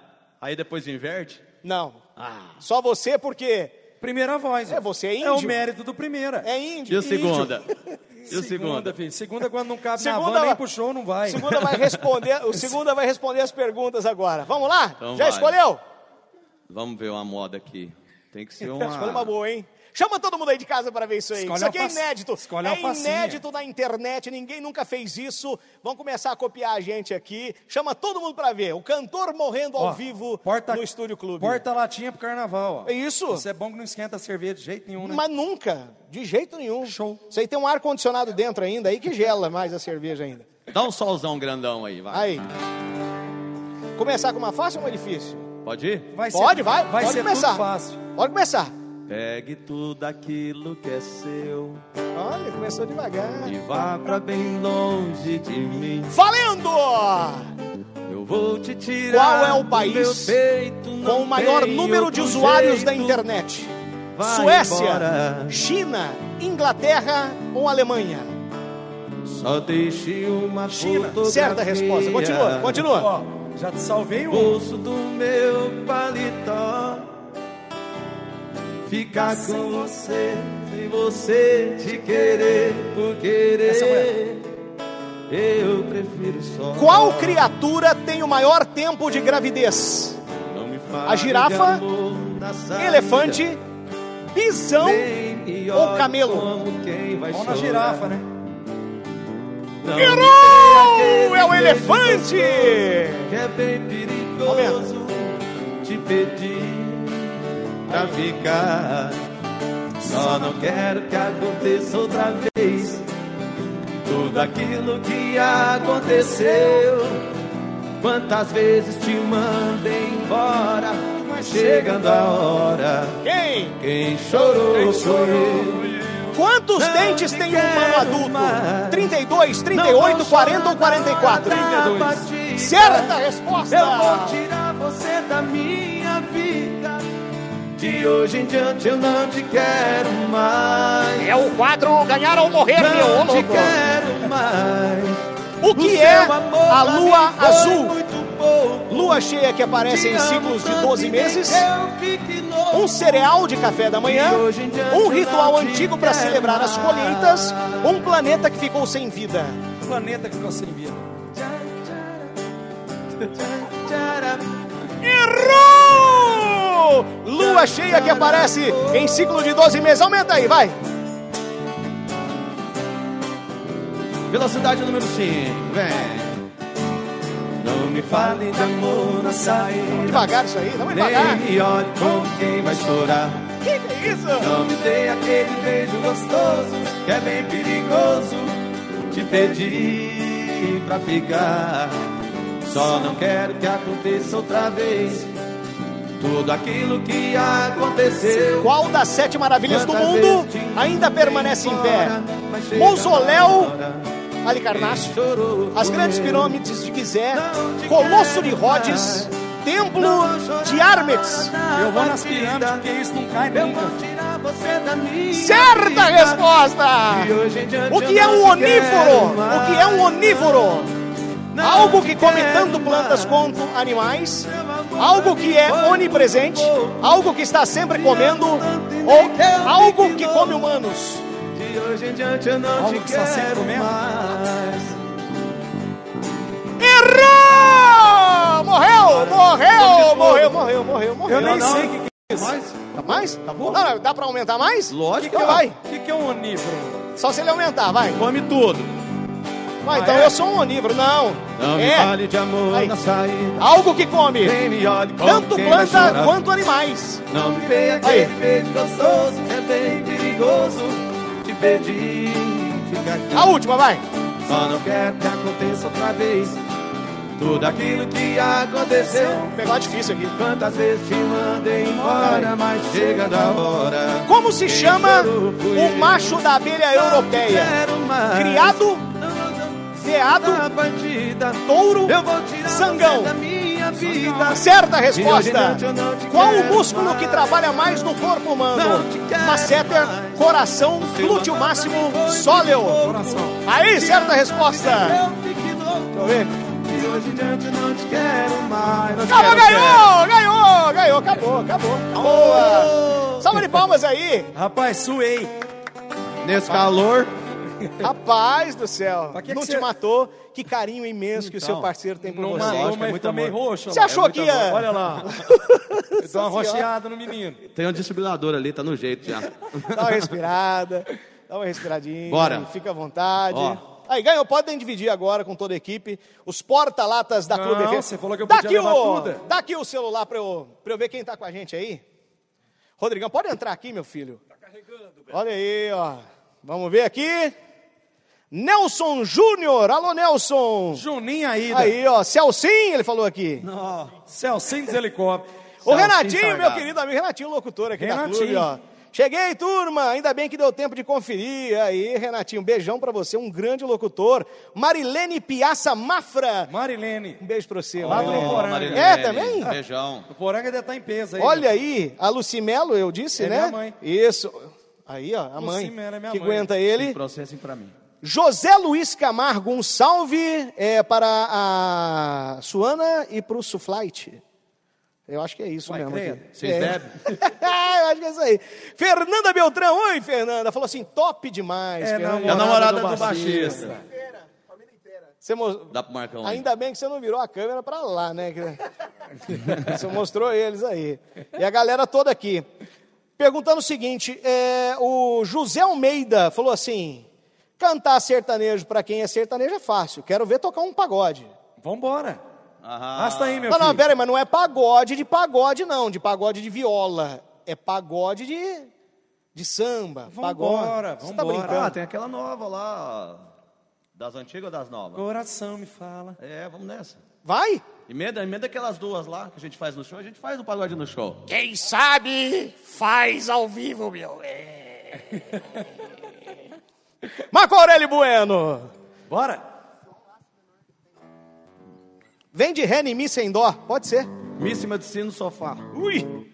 Speaker 5: aí depois inverte?
Speaker 3: Não.
Speaker 5: Ah.
Speaker 3: Só você porque
Speaker 2: Primeira voz.
Speaker 3: É, você é
Speaker 2: É o
Speaker 3: índio.
Speaker 2: mérito do primeira.
Speaker 3: é
Speaker 5: E
Speaker 3: índio.
Speaker 5: a segunda? E a segunda?
Speaker 2: filho. Segunda quando não cabe na
Speaker 3: Segunda
Speaker 2: van,
Speaker 3: vai-
Speaker 2: nem pro show, não vai.
Speaker 3: Segunda vai responder, o segunda vai responder as perguntas agora. Vamos lá?
Speaker 5: Então
Speaker 3: Já
Speaker 5: vai.
Speaker 3: escolheu?
Speaker 5: Vamos ver uma moda aqui. Tem que ser
Speaker 3: Escolhe uma
Speaker 5: uma...
Speaker 3: boa, hein? Chama todo mundo aí de casa para ver isso aí.
Speaker 2: Escolhe
Speaker 3: isso aqui é
Speaker 2: alface-
Speaker 3: inédito.
Speaker 2: escolhe
Speaker 3: é
Speaker 2: alfacinha.
Speaker 3: inédito na internet, ninguém nunca fez isso. Vão começar a copiar a gente aqui. Chama todo mundo para ver. O cantor morrendo ao
Speaker 2: Ó,
Speaker 3: vivo
Speaker 2: porta-
Speaker 3: no Estúdio Clube.
Speaker 2: Porta latinha pro carnaval, ó.
Speaker 3: É isso?
Speaker 2: Isso é bom que não esquenta a cerveja de jeito nenhum, né?
Speaker 3: Mas nunca, de jeito nenhum.
Speaker 2: Show.
Speaker 3: Isso aí tem um ar-condicionado dentro ainda, aí que gela mais a cerveja ainda.
Speaker 5: Dá um solzão grandão aí, vai.
Speaker 3: Aí. Começar com uma fácil ou uma difícil?
Speaker 5: Pode ir?
Speaker 2: Vai
Speaker 3: Pode, vai,
Speaker 2: Vai
Speaker 3: pode
Speaker 2: ser
Speaker 3: começar.
Speaker 2: tudo fácil.
Speaker 3: Pode começar.
Speaker 5: Pegue tudo aquilo que é seu
Speaker 3: Olha, começou devagar.
Speaker 5: e vá pra bem longe de mim.
Speaker 3: Valendo!
Speaker 5: Eu vou te tirar
Speaker 3: Qual é o
Speaker 5: do
Speaker 3: país
Speaker 5: meu peito, não
Speaker 3: Com o maior
Speaker 5: tem
Speaker 3: número de
Speaker 5: outro
Speaker 3: usuários da
Speaker 5: jeito.
Speaker 3: internet.
Speaker 5: Vai
Speaker 3: Suécia,
Speaker 5: embora.
Speaker 3: China, Inglaterra ou Alemanha?
Speaker 5: Só deixe uma
Speaker 2: China.
Speaker 5: fotografia.
Speaker 3: Certa resposta. Continua, continua.
Speaker 2: Ó, já te salvei um.
Speaker 5: Bolso do meu paletó. Ficar com você, sem você te querer, por querer.
Speaker 2: Essa
Speaker 5: Eu prefiro só.
Speaker 3: Qual criatura tem o maior tempo de gravidez?
Speaker 5: Não me fale
Speaker 3: A girafa,
Speaker 5: de amor na saída,
Speaker 3: Elefante, bisão
Speaker 5: Tá nem me
Speaker 3: ou
Speaker 5: olhe
Speaker 3: camelo?
Speaker 5: como quem vai
Speaker 2: Ó na
Speaker 5: chorar.
Speaker 2: girafa, né?
Speaker 5: Não
Speaker 3: Errou!
Speaker 5: tem aquele
Speaker 3: É o
Speaker 5: jeito
Speaker 3: elefante!
Speaker 5: que é bem perigoso te pedir pra ficar. Só não quero que aconteça outra vez tudo aquilo que aconteceu. Quantas vezes te mandei embora, mas chegando a hora,
Speaker 3: Quem?
Speaker 5: quem chorou,
Speaker 3: Quem
Speaker 5: foi
Speaker 3: chorou
Speaker 5: eu.
Speaker 3: Quantos dentes tem um humano adulto? 32, 38, 40 ou 44?
Speaker 2: 32.
Speaker 3: Certa resposta!
Speaker 1: Eu vou tirar você da minha vida. De hoje em diante eu não te quero mais.
Speaker 4: É o quadro Ganhar ou
Speaker 3: É
Speaker 4: Morrer, meu ô
Speaker 1: Não te
Speaker 4: louco.
Speaker 1: quero mais.
Speaker 3: O que é
Speaker 1: seu amor
Speaker 3: a
Speaker 1: pra mim
Speaker 3: lua
Speaker 1: foi
Speaker 3: azul?
Speaker 1: Muito pouco.
Speaker 3: Lua cheia que aparece em
Speaker 1: um Te amo
Speaker 3: ciclos de
Speaker 1: tanto
Speaker 3: 12
Speaker 1: e nem
Speaker 3: meses.
Speaker 1: eu fique louco.
Speaker 3: um cereal de café da manhã,
Speaker 1: E hoje em diante
Speaker 3: um
Speaker 1: eu
Speaker 3: ritual
Speaker 1: não te
Speaker 3: antigo para
Speaker 1: quero
Speaker 3: celebrar as
Speaker 1: mais.
Speaker 3: colheitas, um planeta que ficou sem vida.
Speaker 2: O planeta que ficou sem vida.
Speaker 3: Errou! Lua cheia que aparece em ciclo de 12 meses. Aumenta aí, vai.
Speaker 1: Velocidade número 5, vem.
Speaker 5: Não me fale de amor na saída.
Speaker 3: Devagar isso aí, vamos devagar.
Speaker 5: Nem me olhe com quem vai estourar.
Speaker 3: Que que é isso?
Speaker 5: Não me dê aquele beijo gostoso que é bem perigoso. Te pedi pra ficar. Só não quero que aconteça outra vez tudo aquilo que aconteceu.
Speaker 3: Qual das sete maravilhas do
Speaker 5: Quantas
Speaker 3: mundo
Speaker 5: vezes te
Speaker 3: ainda
Speaker 5: mandei
Speaker 3: permanece em pé?
Speaker 5: embora, mas chega
Speaker 3: Mausoléu
Speaker 5: na hora,
Speaker 3: Alicarnasso,
Speaker 5: quem chorou
Speaker 3: as
Speaker 5: foi
Speaker 3: grandes
Speaker 5: eu.
Speaker 3: pirâmides de Gizé,
Speaker 5: Não te
Speaker 3: Colosso de
Speaker 5: quero
Speaker 3: Rhodes, Templo de Ármetes.
Speaker 2: Eu vou nas pirâmides porque isso não cai
Speaker 5: Eu
Speaker 2: nunca.
Speaker 5: vou tirar você da minha
Speaker 3: é Certa
Speaker 5: vida.
Speaker 3: resposta!
Speaker 5: E hoje em diante
Speaker 3: O que
Speaker 5: eu
Speaker 3: é
Speaker 5: não
Speaker 3: um
Speaker 5: te quero
Speaker 3: onívoro? O que é um
Speaker 5: mais.
Speaker 3: onívoro?
Speaker 5: Não
Speaker 3: Algo
Speaker 5: te
Speaker 3: que come
Speaker 5: quero
Speaker 3: tanto plantas
Speaker 5: mais.
Speaker 3: quanto animais, algo que é onipresente, algo que está sempre comendo, ou algo que come humanos.
Speaker 5: De hoje em diante eu não
Speaker 2: Algo
Speaker 5: te
Speaker 2: que
Speaker 3: tá
Speaker 2: está sem
Speaker 5: quero
Speaker 2: comer?
Speaker 5: mais.
Speaker 3: Errou! Morreu, morreu, morreu, morreu, morreu, morreu. Tá
Speaker 2: Eu nem
Speaker 5: não.
Speaker 2: sei o que,
Speaker 3: Mais? Acabou? Não, não, dá pra aumentar mais?
Speaker 1: Lógico.
Speaker 3: Então vai,
Speaker 2: que, que é um onívoro.
Speaker 3: só se ele aumentar, vai.
Speaker 1: Come tudo.
Speaker 3: Vai, então
Speaker 2: é?
Speaker 3: eu sou um onívoro, não.
Speaker 5: Não me
Speaker 3: É,
Speaker 5: fale de amor
Speaker 3: Aí.
Speaker 5: na saída.
Speaker 3: algo que come
Speaker 5: Nem me olhe com
Speaker 3: tanto
Speaker 5: quem vai
Speaker 3: planta
Speaker 5: chorar.
Speaker 3: quanto animais.
Speaker 5: Não me dê
Speaker 3: Aí.
Speaker 5: aquele beijo gostoso, é bem perigoso. Te pedi, fica aqui.
Speaker 3: A última, vai.
Speaker 5: Só não quero que aconteça outra vez tudo aquilo que aconteceu.
Speaker 3: Pegar difícil aqui.
Speaker 5: Quantas vezes te mandei embora, mas chega da hora.
Speaker 3: Como se
Speaker 5: Quem
Speaker 3: chama
Speaker 5: chorou fui
Speaker 3: o
Speaker 5: eu.
Speaker 3: macho da abelha europeia?
Speaker 5: Quero mais.
Speaker 3: Criado,
Speaker 5: Na
Speaker 3: veado,
Speaker 5: bandida.
Speaker 3: touro,
Speaker 5: Eu vou tirar
Speaker 3: Sangão.
Speaker 5: você da minha vida.
Speaker 3: certa
Speaker 5: hoje em
Speaker 3: resposta.
Speaker 5: diante eu não te
Speaker 3: Qual o
Speaker 5: quero
Speaker 3: músculo
Speaker 5: mais.
Speaker 3: que trabalha mais no corpo humano?
Speaker 5: Não te quero
Speaker 3: Masseter,
Speaker 5: mais.
Speaker 3: coração,
Speaker 5: Seu
Speaker 3: glúteo
Speaker 5: amor
Speaker 3: máximo,
Speaker 5: pra mim foi
Speaker 3: sóleo.
Speaker 5: muito
Speaker 2: Coração.
Speaker 3: Aí, certa resposta.
Speaker 5: Eu fique louco.
Speaker 3: Deixa eu ver.
Speaker 5: De hoje em diante eu não te quero mais. Não te
Speaker 3: Acabou,
Speaker 5: quero,
Speaker 3: ganhou, ganhou, ganhou, acabou, acabou.
Speaker 5: Oh.
Speaker 3: Boa. Salva de palmas aí.
Speaker 2: Rapaz, suei.
Speaker 5: quero. Nesse calor,
Speaker 3: Rapaz do céu,
Speaker 2: Pra que que
Speaker 3: não te
Speaker 2: você-
Speaker 3: matou. Que carinho imenso que o seu
Speaker 5: Então,
Speaker 3: parceiro tem por
Speaker 2: Não
Speaker 3: você.
Speaker 2: matou, mas
Speaker 5: muito
Speaker 2: ficou meio
Speaker 5: amor.
Speaker 2: roxo.
Speaker 3: é Você
Speaker 2: lá.
Speaker 3: achou que é? ia...
Speaker 2: Olha lá. Dá uma rocheada no menino.
Speaker 1: Tem um desfibrilador ali, tá no jeito já.
Speaker 3: Dá uma respirada, dá uma respiradinha.
Speaker 1: Bora.
Speaker 3: Fica à vontade.
Speaker 1: Ó.
Speaker 3: Aí, ganhou, podem dividir agora com toda a equipe os porta-latas da
Speaker 2: Não,
Speaker 3: Clube FM.
Speaker 2: você falou que eu
Speaker 3: Dá
Speaker 2: podia
Speaker 3: aqui
Speaker 2: levar
Speaker 3: o,
Speaker 2: tudo.
Speaker 3: Dá aqui o celular pra eu, pra eu ver quem tá com a gente aí. Rodrigão, pode entrar aqui, meu filho. Tá carregando, Olha aí, ó. Vamos ver aqui. Nelson Júnior. Alô, Nelson.
Speaker 2: Juninho aí. né?
Speaker 3: Aí, ó. Celcinho, ele falou aqui.
Speaker 2: Celcinho dos helicópteros.
Speaker 3: Ô,
Speaker 1: Celcinho
Speaker 3: Renatinho, meu
Speaker 1: Salgado.
Speaker 3: querido amigo, Renatinho, locutor aqui da
Speaker 2: Renatinho.
Speaker 3: Clube, ó. Cheguei, turma! Ainda bem que deu tempo de conferir. Aí, Renatinho, um beijão pra você, um grande locutor. Marilene Piaça Mafra.
Speaker 2: Marilene.
Speaker 3: Um beijo pra você,
Speaker 2: Lá do
Speaker 3: Marilene.
Speaker 2: Poranga.
Speaker 1: Marilene,
Speaker 3: É, também?
Speaker 1: Beijão.
Speaker 2: O Poranga deve estar em peso aí.
Speaker 3: Olha aí, a Lucimelo, eu disse,
Speaker 2: É
Speaker 3: né?
Speaker 2: minha mãe.
Speaker 3: Isso. Aí, ó, a mãe
Speaker 2: Mello é minha
Speaker 3: que
Speaker 2: mãe.
Speaker 3: aguenta ele.
Speaker 1: Processem pra mim.
Speaker 3: José Luiz Camargo, um salve é, para a Suana e para o Suflight. Eu acho que é isso mesmo.
Speaker 2: credo.
Speaker 3: aqui.
Speaker 1: Vocês
Speaker 3: é.
Speaker 1: bebem?
Speaker 3: Eu acho que é isso aí. Fernanda Beltrão, oi, Fernanda. Falou assim, top demais,
Speaker 2: É,
Speaker 3: Fernanda.
Speaker 1: É a namorada do
Speaker 2: baixista.
Speaker 1: baixista.
Speaker 3: Você mo-
Speaker 1: Dá pro Marcão aí.
Speaker 3: Ainda bem que você não virou a câmera para lá, né? Que- Você mostrou eles aí. E a galera toda aqui. Perguntando o seguinte, é, o José Almeida falou assim, cantar sertanejo para quem é sertanejo é fácil, quero ver tocar um pagode.
Speaker 2: Vambora.
Speaker 1: Aham.
Speaker 2: Arrasta aí, meu
Speaker 3: Mas não,
Speaker 2: filho.
Speaker 3: peraí, mas não é pagode de pagode não, de pagode de viola, é pagode de, de samba,
Speaker 2: Vambora,
Speaker 3: pagode. Você tá
Speaker 2: vambora.
Speaker 1: Ah,
Speaker 3: brincando?
Speaker 1: tem aquela nova lá. Das antigas ou das novas?
Speaker 2: Coração me fala.
Speaker 1: É, vamos nessa.
Speaker 3: Vai?
Speaker 1: Emenda, emenda aquelas duas lá que a gente faz no show, a gente faz um pagode no show.
Speaker 4: Quem sabe faz ao vivo, meu. É. Marco Aurélio Bueno.
Speaker 2: Bora!
Speaker 4: Vem de ré em mim sem dó. Pode ser.
Speaker 2: Míssima de si no sofá.
Speaker 4: Ui.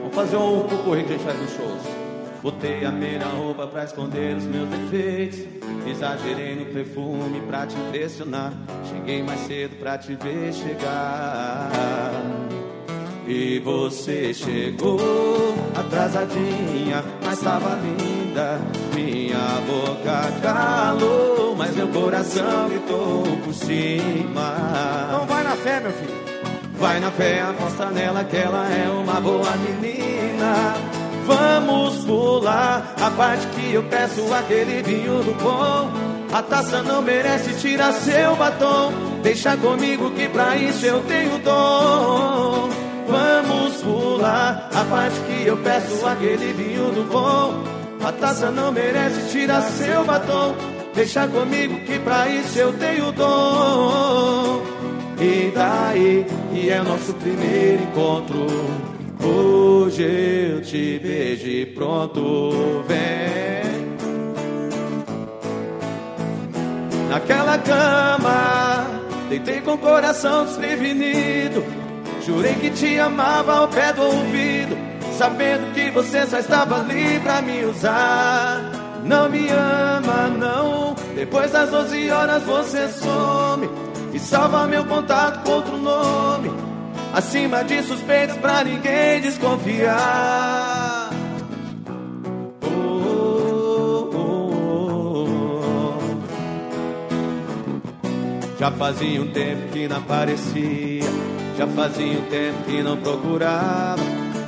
Speaker 5: Vamos fazer um concorrer que a gente faz nos shows. Botei a meia roupa pra esconder os meus defeitos. Exagerei no perfume pra te impressionar. Cheguei mais cedo pra te ver chegar. E você chegou atrasadinha, mas tava linda. Minha boca calou, mas meu coração gritou por cima.
Speaker 2: Então vai na fé, meu filho.
Speaker 5: Vai na fé, aposta nela que ela é uma boa menina. Vamos pular a parte que eu peço aquele vinho do bom. A taça não merece tirar seu batom. Deixa comigo que pra isso eu tenho dom. Vamos pular a parte que eu peço aquele vinho do bom. A taça não merece tirar seu batom. Deixa comigo que pra isso eu tenho dom. E daí que é o nosso primeiro encontro. Hoje eu te beijo e pronto, vem. Naquela cama, deitei com o coração desprevenido. Jurei que te amava ao pé do ouvido, sabendo que você só estava ali pra me usar. Não me ama, não. Depois das 12 horas você some e salva meu contato com outro nome. Acima de suspeitos pra ninguém desconfiar. Oh, oh, oh, oh. Já fazia um tempo que não aparecia, já fazia um tempo que não procurava,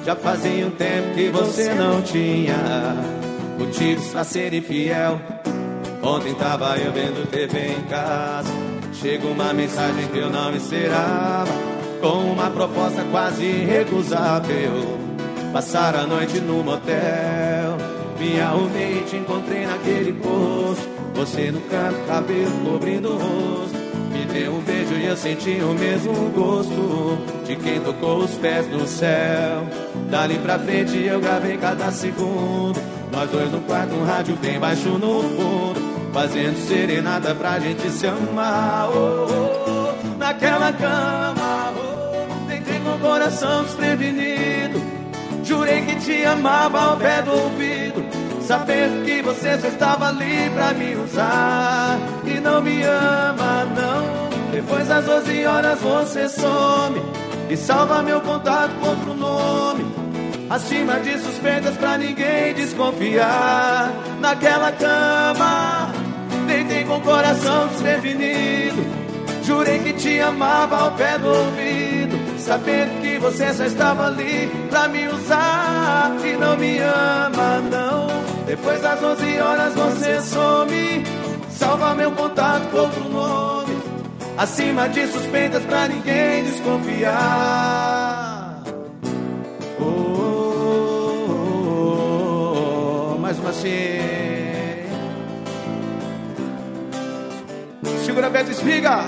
Speaker 5: já fazia um tempo que você não tinha motivos pra ser infiel. Ontem tava eu vendo TV em casa, chega uma mensagem que eu não esperava, com uma proposta quase irrecusável. Passar a noite no motel, me arrumei e te encontrei naquele posto. Você no canto, cabelo cobrindo o rosto. Me deu um beijo e eu senti o mesmo gosto de quem tocou os pés no céu. Dali pra frente eu gravei cada segundo. Nós dois no quarto, um rádio bem baixo no fundo. Fazendo serenata pra gente se amar. Oh, oh, naquela cama, oh, deitei com o coração desprevenido. Jurei que te amava ao pé do ouvido. Sabendo que você só estava ali pra me usar E não me ama, não Depois das 12 horas você some E salva meu contato com outro nome Acima de suspeitas pra ninguém desconfiar Naquela cama Deitei com o coração desprevenido Jurei que te amava ao pé do ouvido Sabendo que você só estava ali pra me usar E não me ama, não depois das 11 horas você some Salva meu contato com outro nome Acima de suspeitas pra ninguém desconfiar Oh, oh, oh, oh. Mais uma assim Segura Beto Espiga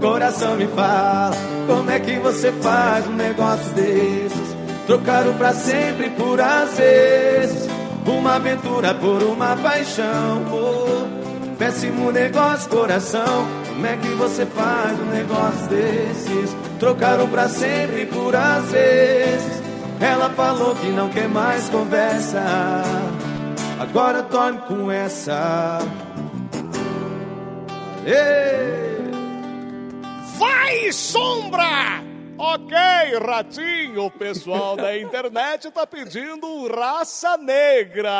Speaker 5: Coração me fala Como é que você faz um negócio desses Trocar o pra sempre por às vezes uma aventura por uma paixão. Oh, péssimo negócio, coração. Como é que você faz um negócio desses? Trocaram pra sempre por às vezes. Ela falou que não quer mais conversa. Agora dorme com essa. Ei!
Speaker 4: Vai, sombra! Ok, ratinho, o pessoal da internet tá pedindo raça negra.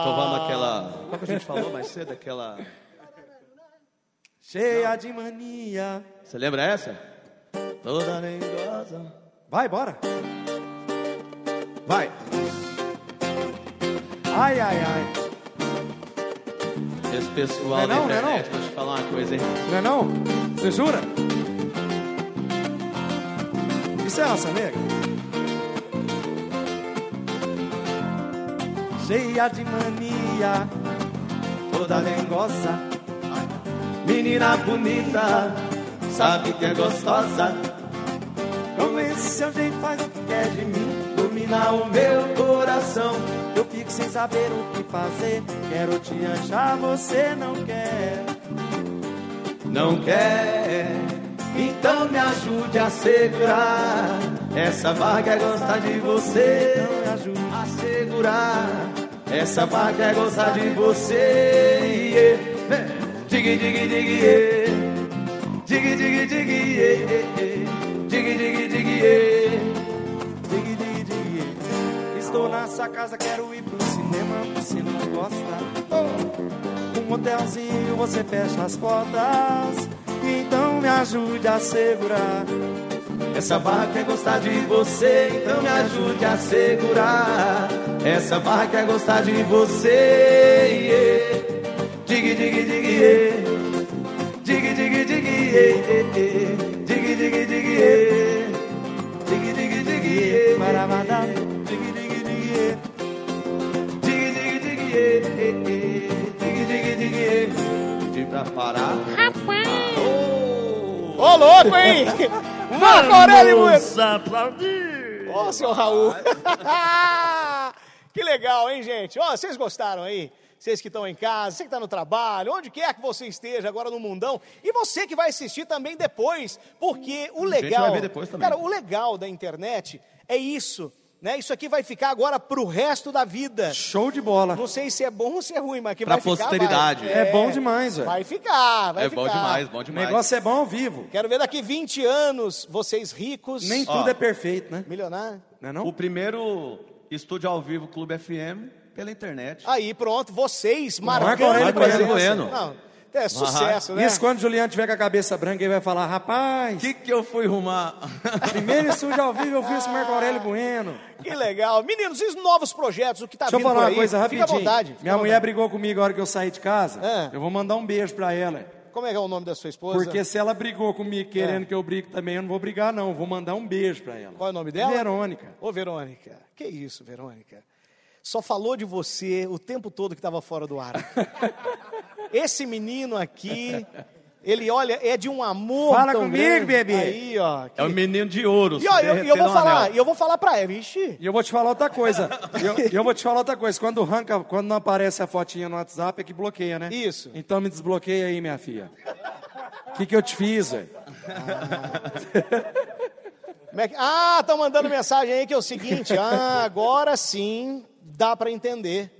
Speaker 5: Então vamos aquela. Qual que a gente falou mais cedo? Aquela.
Speaker 2: Cheia de mania.
Speaker 5: Você lembra essa? Toda lindosa.
Speaker 2: Vai, bora.
Speaker 5: Vai!
Speaker 2: Ai, ai, ai.
Speaker 5: Esse
Speaker 2: Não
Speaker 5: pessoal
Speaker 2: é não,
Speaker 5: da
Speaker 2: não é não?
Speaker 5: internet, vou te falar uma coisa, hein?
Speaker 2: Não é não? Você jura? Isso é raça negra. Cheia de mania, toda lengosa.
Speaker 5: Menina bonita, sabe que é gostosa. Com esse seu jeito faz o que quer de mim, domina o meu coração. Eu fico sem saber o que fazer, quero te achar, você não quer. Não quer, então me ajude a segurar. Essa vaga é gostar de você, então me ajude a segurar. Essa vaga é gostar de você. Diga, diga, diga, Digi, digi, digi, iê, iê, iê. digi, digi, digi, iê. digi, digi, digi, iê. Estou na sua casa, quero ir pro cinema, você não gosta.
Speaker 2: Oh,
Speaker 5: Um hotelzinho, você fecha as portas. Então me ajude a segurar. Essa barra quer gostar de você, então me ajude a segurar. Essa barra quer gostar de você. Digue, digue, digue, Digi, digi, digi, eh, eh, eh. Digi, digi, digi, eh. Digi, digi, digi, eh. Maravada. Digi, digi, digi, eh. Digi, digi, digi, eh, eh, eh. Digi, digi, digi, eh. Pedi pra parar.
Speaker 3: Ô, louco, hein? Marco Aurélio Bueno.
Speaker 6: Vamos aplaudir.
Speaker 3: Ô, seu Raul! que legal, hein, gente? Ó, vocês gostaram aí? Vocês que estão em casa, você que está no trabalho, onde quer que você esteja agora no mundão, e você que vai assistir também depois, porque o
Speaker 5: gente
Speaker 3: legal,
Speaker 5: vai ver depois também.
Speaker 3: cara, o legal da internet é isso, né? Isso aqui vai ficar agora pro resto da vida.
Speaker 2: Show de bola.
Speaker 3: Não sei se é bom ou se é ruim, mas que
Speaker 5: Pra
Speaker 3: vai ficar,
Speaker 5: posteridade.
Speaker 3: vai.
Speaker 2: É bom demais, velho.
Speaker 3: Vai ficar, vai
Speaker 5: É
Speaker 3: ficar.
Speaker 5: bom demais, bom
Speaker 2: O
Speaker 5: demais.
Speaker 2: tá. negócio é bom ao vivo.
Speaker 3: Quero ver daqui 20 anos vocês ricos,
Speaker 2: Nem
Speaker 5: Ó.
Speaker 2: tudo é perfeito, né?
Speaker 3: milionários.
Speaker 2: Não é não?
Speaker 5: O primeiro estúdio ao vivo Clube FM pela internet.
Speaker 3: Aí, pronto, vocês
Speaker 2: Marco
Speaker 3: marcando
Speaker 2: Aurélio
Speaker 3: presença.
Speaker 5: Bueno.
Speaker 3: Não, é sucesso, né?
Speaker 2: é Isso quando o Juliano tiver com a cabeça branca, ele vai falar, rapaz,
Speaker 5: O que que eu fui arrumar?
Speaker 2: primeiro estúdio ao vivo eu vi esse Marco Aurélio Bueno.
Speaker 3: Que legal. Meninos, e os novos projetos, o que tá
Speaker 2: Deixa eu
Speaker 3: vindo por
Speaker 2: falar uma
Speaker 3: aí?
Speaker 2: coisa rapidinho.
Speaker 3: Fica à vontade. fica
Speaker 2: Minha
Speaker 3: à
Speaker 2: mulher
Speaker 3: vontade.
Speaker 2: brigou comigo a hora que eu saí de casa.
Speaker 3: Ah.
Speaker 2: Eu vou mandar um beijo pra ela.
Speaker 3: Como é que é o nome da sua esposa?
Speaker 2: Porque se ela brigou comigo querendo que eu brigue também, eu não vou brigar, não. Eu Vou mandar um beijo pra ela.
Speaker 3: Qual é o nome dela?
Speaker 2: Verônica.
Speaker 3: Ô, Verônica. Que isso, Verônica. Só falou de você o tempo todo que estava fora do ar. Esse menino aqui, ele olha, é de um amor
Speaker 2: Fala
Speaker 3: tão
Speaker 2: comigo,
Speaker 3: grande.
Speaker 2: bebê.
Speaker 3: Aí, ó. que-
Speaker 5: É o menino de ouro.
Speaker 3: E ó,
Speaker 5: se
Speaker 3: eu, eu vou
Speaker 5: derreter no
Speaker 3: falar,
Speaker 5: um anel.
Speaker 3: e eu vou falar pra ela, ixi.
Speaker 2: E eu vou te falar outra coisa. E eu, e eu vou te falar outra coisa. Quando arranca, quando não aparece a fotinha no WhatsApp, é que bloqueia, né?
Speaker 3: Isso.
Speaker 2: Então me desbloqueia aí, minha filha. O que, que eu te fiz, velho?
Speaker 3: Como é que- Ah, estão mandando mensagem aí que é o seguinte, ah, agora sim dá pra entender.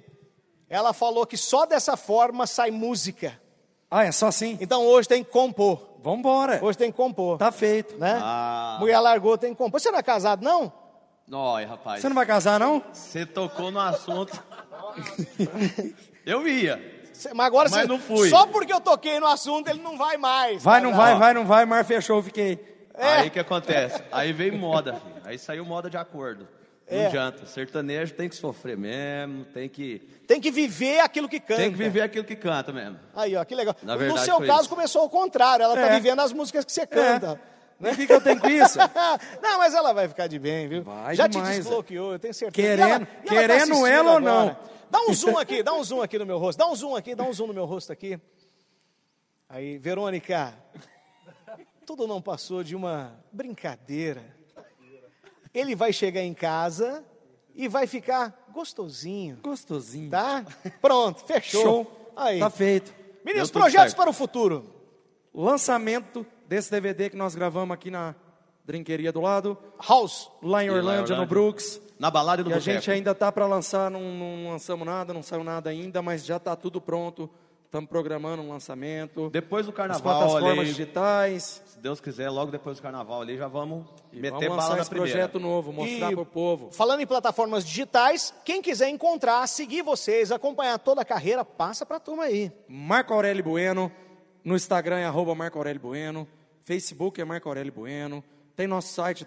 Speaker 3: Ela falou que só dessa forma sai música.
Speaker 2: Ah, é só assim?
Speaker 3: Então hoje tem que compor.
Speaker 2: Vambora.
Speaker 3: Hoje tem que compor,
Speaker 2: Tá feito.
Speaker 3: né?
Speaker 5: Ah.
Speaker 3: Mulher largou, tem que compor. Você não é casado não?
Speaker 5: Olha, rapaz.
Speaker 2: Você não vai casar, não?
Speaker 5: Você tocou no assunto. eu ia.
Speaker 3: Você- Mas agora
Speaker 5: Mas
Speaker 3: você-
Speaker 5: não fui.
Speaker 3: só porque eu toquei no assunto ele não vai mais.
Speaker 2: Vai, não vai,
Speaker 5: Ó.
Speaker 2: vai, não vai. Mar fechou, fiquei.
Speaker 3: É.
Speaker 5: Aí que acontece? Aí veio moda, filho. Aí saiu moda de acordo.
Speaker 3: É.
Speaker 5: Não adianta. Sertanejo tem que sofrer mesmo, tem que,
Speaker 3: Tem que viver aquilo que Tá canta.
Speaker 5: tem que viver aquilo que canta mesmo.
Speaker 3: Aí, ó, que legal.
Speaker 5: Na
Speaker 3: no
Speaker 5: verdade,
Speaker 3: seu
Speaker 5: foi
Speaker 3: caso
Speaker 5: isso.
Speaker 3: começou ao contrário, ela tá
Speaker 2: É.
Speaker 3: vivendo as músicas que você canta.
Speaker 2: O que, que eu tenho com isso?
Speaker 3: não, mas ela vai ficar de bem, viu?
Speaker 2: Vai
Speaker 3: Já
Speaker 2: demais,
Speaker 3: te
Speaker 2: é.
Speaker 3: desbloqueou, eu tenho certeza.
Speaker 2: Querendo-
Speaker 3: E ela- e ela
Speaker 2: querendo
Speaker 3: assistindo
Speaker 2: ela ou
Speaker 3: agora.
Speaker 2: não.
Speaker 3: Dá um zoom aqui, dá um zoom aqui no meu rosto. Dá um zoom aqui, dá um zoom no meu rosto aqui. Aí, Verônica, tudo não passou de uma brincadeira. Ele vai chegar em casa e vai ficar gostosinho,
Speaker 2: Gostosinho.
Speaker 3: tá? Pronto, fechou.
Speaker 2: Show.
Speaker 3: Aí.
Speaker 2: Tá feito.
Speaker 3: Meninos,
Speaker 5: Deu tudo
Speaker 3: projetos
Speaker 5: certo.
Speaker 3: para o futuro.
Speaker 2: Lançamento desse DVD que nós gravamos aqui na Drinqueria do Lado,
Speaker 3: House.
Speaker 2: lá em
Speaker 5: lá em
Speaker 2: Orlândia, no
Speaker 5: Orlândia.
Speaker 2: Brooks.
Speaker 5: Na balada e no
Speaker 2: E a
Speaker 5: boteco.
Speaker 2: gente ainda tá para lançar, não, não lançamos nada, não saiu nada ainda, mas já tá tudo pronto. Estamos programando um lançamento.
Speaker 5: Depois do
Speaker 2: Nas
Speaker 5: carnaval
Speaker 2: plataformas
Speaker 5: ali,
Speaker 2: digitais.
Speaker 5: se Deus quiser, logo depois do carnaval ali, já vamos
Speaker 2: E
Speaker 5: meter
Speaker 2: vamos
Speaker 5: bala
Speaker 2: lançar
Speaker 5: na
Speaker 2: esse
Speaker 5: primeira.
Speaker 2: projeto novo, mostrar
Speaker 3: E-
Speaker 2: pro povo.
Speaker 3: Falando em plataformas digitais, quem quiser encontrar, seguir vocês, acompanhar toda a carreira, passa pra turma aí.
Speaker 2: Marco Aurélio Bueno. No Instagram é arroba Marco Aurélio Bueno. Facebook é Marco Aurélio Bueno. Tem nosso site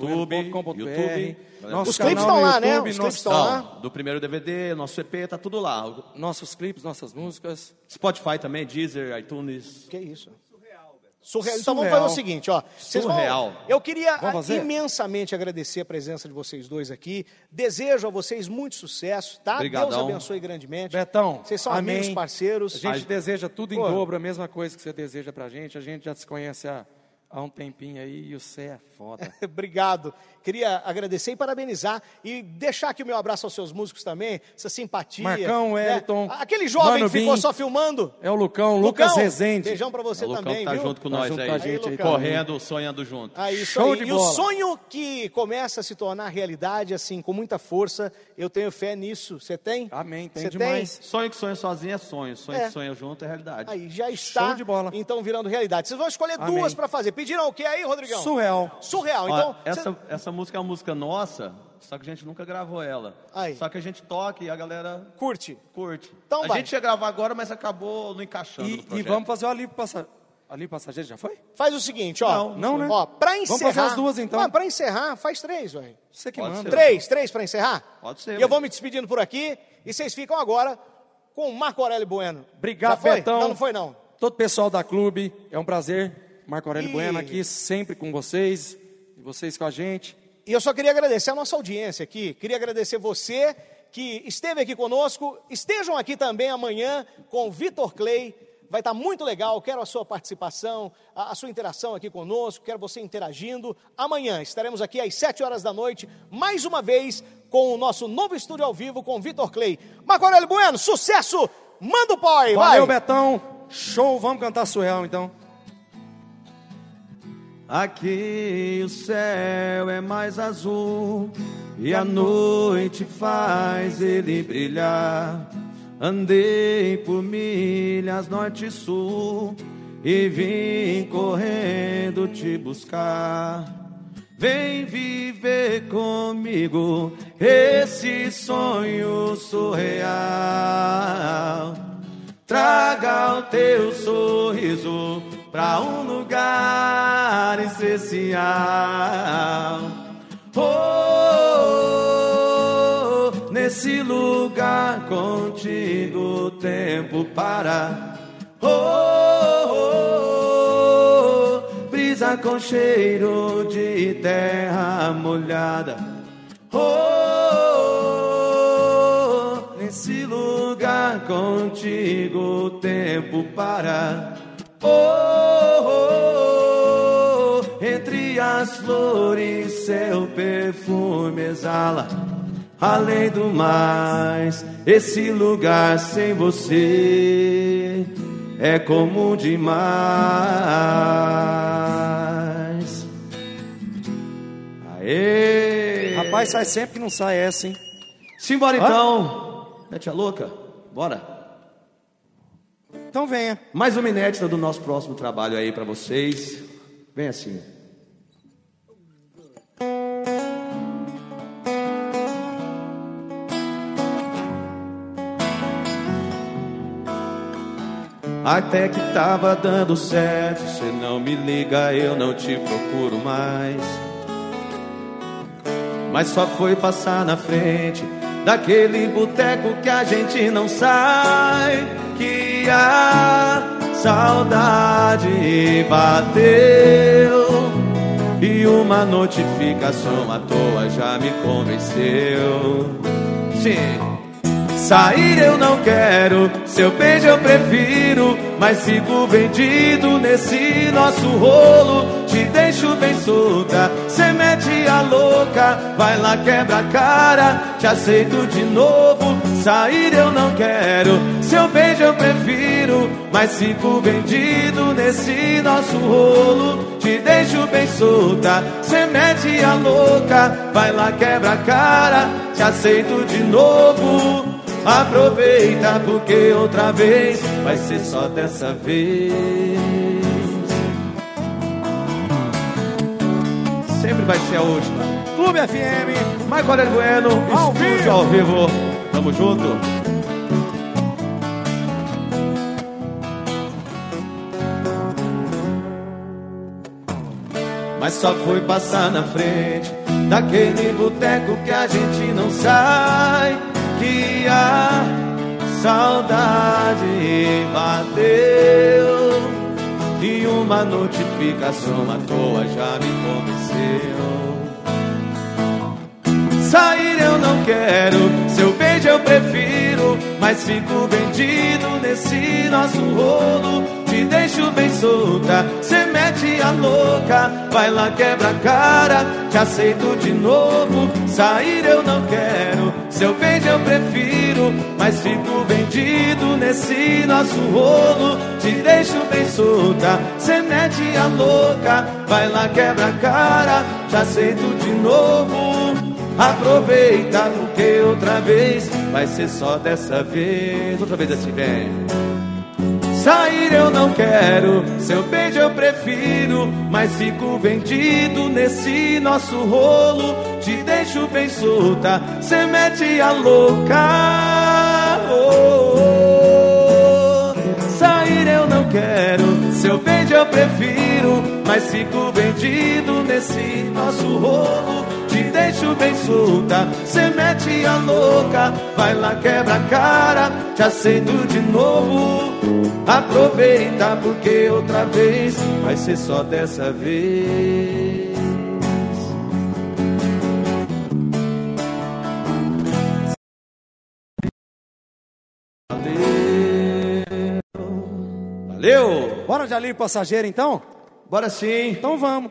Speaker 5: YouTube.
Speaker 2: www.marcoaureliobueno.com.br. Nosso
Speaker 3: Os
Speaker 2: canal
Speaker 3: clipes estão
Speaker 2: no
Speaker 3: lá, né?
Speaker 2: YouTube,
Speaker 3: Os clipes
Speaker 2: nosso-
Speaker 3: estão lá.
Speaker 5: Então, do primeiro DVD, nosso EP, tá tudo lá. O
Speaker 2: Nossos clipes, nossas músicas.
Speaker 5: Spotify também, Deezer, iTunes.
Speaker 3: Que isso? Surreal. Então vamos
Speaker 2: Surreal.
Speaker 3: fazer o seguinte, ó. Vocês vão-
Speaker 5: Surreal.
Speaker 3: eu queria
Speaker 2: Vamos fazer?
Speaker 3: imensamente agradecer a presença de vocês dois aqui. Desejo a vocês muito sucesso, tá?
Speaker 5: Obrigadão.
Speaker 3: Deus abençoe grandemente.
Speaker 2: Betão,
Speaker 3: Vocês são
Speaker 2: amém.
Speaker 3: amigos, parceiros.
Speaker 2: A gente deseja tudo em
Speaker 3: Pô.
Speaker 2: dobro, a mesma coisa que você deseja pra gente. A gente já se conhece há, há um tempinho aí e você é foda.
Speaker 3: Obrigado. Queria agradecer e parabenizar e deixar aqui o meu abraço aos seus músicos também, essa simpatia.
Speaker 2: Marcão,
Speaker 3: né?
Speaker 2: Elton,
Speaker 3: Aquele jovem
Speaker 2: Mano
Speaker 3: que ficou
Speaker 2: Bim.
Speaker 3: só filmando.
Speaker 2: É o Lucão, Lucas
Speaker 3: Lucão,
Speaker 2: Rezende.
Speaker 3: Beijão pra você
Speaker 5: O Lucão
Speaker 3: também,
Speaker 5: tá
Speaker 3: viu?
Speaker 5: junto com
Speaker 2: Tá
Speaker 5: nós
Speaker 2: junto
Speaker 5: aí,
Speaker 2: com a gente
Speaker 3: aí, Lucão.
Speaker 5: correndo, sonhando junto.
Speaker 3: Ah, isso
Speaker 2: Show
Speaker 3: aí.
Speaker 2: de
Speaker 3: e
Speaker 2: bola.
Speaker 3: o sonho que começa a se tornar realidade, assim, com muita força, eu tenho fé nisso. Você tem?
Speaker 2: Amém, tem
Speaker 3: Você
Speaker 2: demais.
Speaker 5: Sonho que sonha sozinho é sonho, sonho
Speaker 3: É.
Speaker 5: que sonha junto é realidade.
Speaker 3: Aí já está,
Speaker 2: Show de bola.
Speaker 3: então, virando realidade. Vocês vão escolher
Speaker 2: Amém.
Speaker 3: duas pra fazer. Pediram o que aí, Rodrigão?
Speaker 2: Surreal.
Speaker 3: Surreal.
Speaker 5: Ó,
Speaker 3: Então,
Speaker 5: essa,
Speaker 3: cê-
Speaker 5: essa música é uma música nossa, só que a gente nunca gravou ela.
Speaker 3: Aí.
Speaker 5: Só que a gente toca e a galera
Speaker 3: curte.
Speaker 5: curte.
Speaker 3: Então
Speaker 5: a
Speaker 3: vai.
Speaker 5: gente ia gravar agora, mas acabou não encaixando no
Speaker 2: E, e
Speaker 5: projeto.
Speaker 2: vamos fazer o Alívio Passageiro. Alívio Passageiro já foi?
Speaker 3: Faz o seguinte, ó.
Speaker 2: Não, não, né?
Speaker 3: Ó, pra
Speaker 2: Vamos
Speaker 3: encerrar...
Speaker 2: fazer as duas, então.
Speaker 3: Ah, pra encerrar, faz três, ué.
Speaker 2: Você que
Speaker 5: Pode
Speaker 2: manda.
Speaker 5: ser.
Speaker 3: Três, três pra encerrar?
Speaker 5: Pode ser,
Speaker 3: E
Speaker 5: ué.
Speaker 3: eu vou me despedindo por aqui, e vocês ficam agora com o Marco Aurélio Bueno.
Speaker 2: Obrigado,
Speaker 3: Já foi?
Speaker 2: Betão.
Speaker 3: Não, não foi, não.
Speaker 2: Todo o pessoal da clube, é um prazer. Marco Aurélio
Speaker 3: E-
Speaker 2: Bueno aqui, sempre com vocês. E vocês com a gente.
Speaker 3: E eu só queria agradecer a nossa audiência aqui, queria agradecer você que esteve aqui conosco. Estejam aqui também amanhã com o Vitor Clay. Vai estar muito legal, quero a sua participação, a, a sua interação aqui conosco, quero você interagindo. Amanhã estaremos aqui às 7 horas da noite, mais uma vez, com o nosso novo estúdio ao vivo com o Vitor Clay. Marco Aurélio Bueno, sucesso! Manda o pau aí, vai!
Speaker 2: Valeu, Betão. Show, vamos cantar Surreal então.
Speaker 5: Aqui o céu é mais azul e a noite faz ele brilhar. Andei por milhas norte e sul e vim correndo te buscar. Vem viver comigo esse sonho surreal. Traga o teu sorriso pra um lugar especial. Oh, oh, oh, nesse lugar contigo o tempo para. Oh, oh, oh, brisa com cheiro de terra molhada. Oh, oh, oh, nesse lugar contigo o tempo para. Oh, oh, oh, entre as flores seu perfume exala. Além do mais, esse lugar sem você é comum demais. Aê!
Speaker 2: Rapaz, sai sempre que não sai essa, hein?
Speaker 5: Simbora então! Mete a louca? Bora!
Speaker 2: Então venha.
Speaker 5: Mais uma inédita do nosso próximo trabalho aí pra vocês. Vem assim. Até que tava dando certo, cê não me liga, eu não te procuro mais. mas só foi passar na frente daquele boteco que a gente não sai. Que a saudade bateu e uma notificação à toa já me convenceu. Sim. Sair eu não quero, seu beijo eu prefiro, mas sigo vendido nesse nosso rolo. Te deixo bem solta, cê mete a louca, vai lá quebra a cara, te aceito de novo. Sair eu não quero, seu beijo eu prefiro, mas sigo vendido nesse nosso rolo. Te deixo bem solta, cê mete a louca, vai lá quebra a cara, te aceito de novo. Aproveita porque outra vez vai ser só dessa vez. Sempre vai ser a última.
Speaker 2: Clube FM.
Speaker 5: Marco Aurélio Bueno,
Speaker 2: Ao
Speaker 5: estúdio
Speaker 2: vivo.
Speaker 5: ao vivo. Tamo junto. Mas só foi passar na frente daquele boteco que a gente não sai. Que a saudade bateu E uma notificação à toa já me convenceu. Sair eu não quero, seu beijo eu prefiro, mas fico vendido nesse nosso rolo. Te deixo bem solta, cê mete a louca, vai lá quebra a cara, te aceito de novo. Sair eu não quero, seu beijo eu prefiro, mas fico vendido nesse nosso rolo. Te deixo bem solta, cê mete a louca, vai lá quebra a cara, te aceito de novo. Aproveita porque outra vez vai ser só dessa vez. Outra vez assim, vem. Sair eu não quero, seu beijo eu prefiro, mas fico vendido nesse nosso rolo. Te deixo bem solta, cê mete a louca. Oh, oh, oh. Sair eu não quero, seu beijo eu prefiro, mas fico vendido nesse nosso rolo. Te deixo bem solta, cê mete a louca, vai lá quebra a cara, te aceito de novo. Aproveita porque outra vez vai ser só dessa vez. Valeu. Valeu.
Speaker 2: Bora de alívio passageiro então?
Speaker 5: Bora sim.
Speaker 2: Então vamos.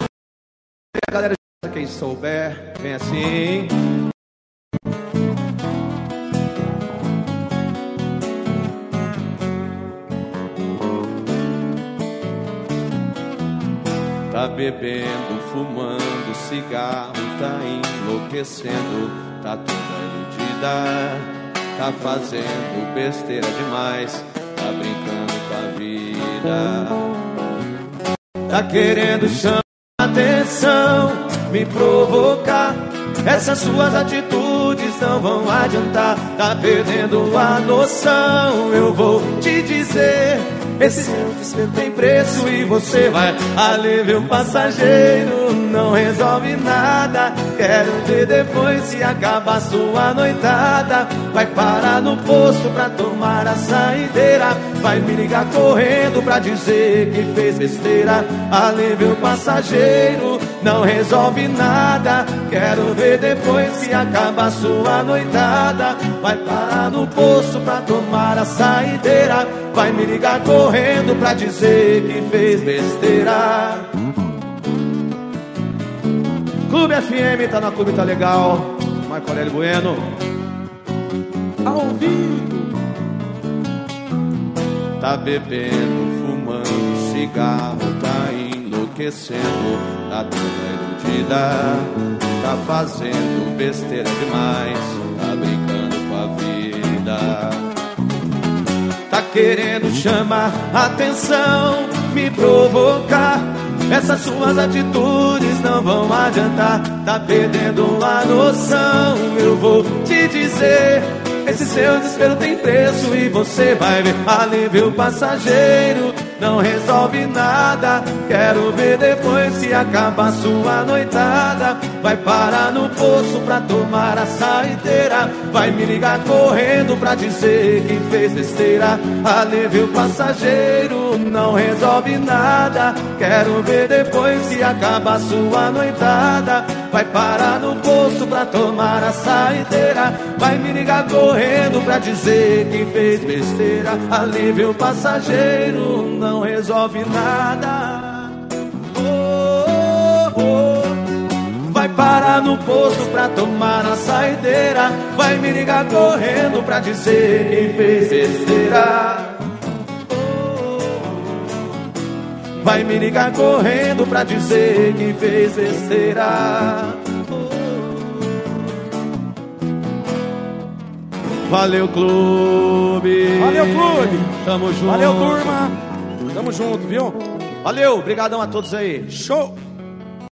Speaker 5: A galera de casa, quem souber, vem assim. Tá bebendo, fumando cigarro, tá enlouquecendo, tá tentando te dar, tá fazendo besteira demais, tá brincando com a vida. Tá querendo chamar atenção, me provocar. Essas suas atitudes não vão adiantar. Tá perdendo a noção, eu vou te dizer. Esse seu desespero tem preço e você vai alívio passageiro. Não resolve nada. Quero ver depois se acabar sua noitada. Vai parar no posto pra tomar a saideira. Vai me ligar correndo pra dizer que fez besteira. Alívio passageiro não resolve nada. Quero ver depois se acaba sua noitada. Vai parar Tá no poço pra tomar a saideira. Vai me ligar correndo pra dizer que fez besteira. Clube FM tá na Clube Tá Legal. Marco Aurélio Bueno. Ao vivo. Tá bebendo, fumando cigarro, tá enlouquecendo, tá toda iludida, tá fazendo besteira demais, tá brincando com a vida tá querendo chamar atenção, me provocar. Essas suas atitudes não vão adiantar, tá perdendo a noção. Eu vou te dizer: esse seu desespero tem preço e você vai ver alívio passageiro. Não resolve nada, quero ver depois se acabar sua noitada. Vai parar no poço pra tomar a saideira. Vai me ligar correndo pra dizer que fez besteira. Alívio passageiro não resolve nada. Quero ver depois se acaba sua noitada. Vai parar no poço pra tomar a saideira. Vai me ligar correndo pra dizer que fez besteira. Alívio passageiro não resolve nada. Oh, oh, oh. Vai parar no posto pra tomar a saideira. Vai me ligar correndo pra dizer que fez besteira. Oh, oh. Vai me ligar correndo pra dizer que fez besteira. Oh. Valeu, clube!
Speaker 2: Valeu, clube!
Speaker 5: Tamo junto!
Speaker 2: Valeu, turma! Tamo junto, viu?
Speaker 5: Valeu, brigadão a todos aí!
Speaker 2: Show!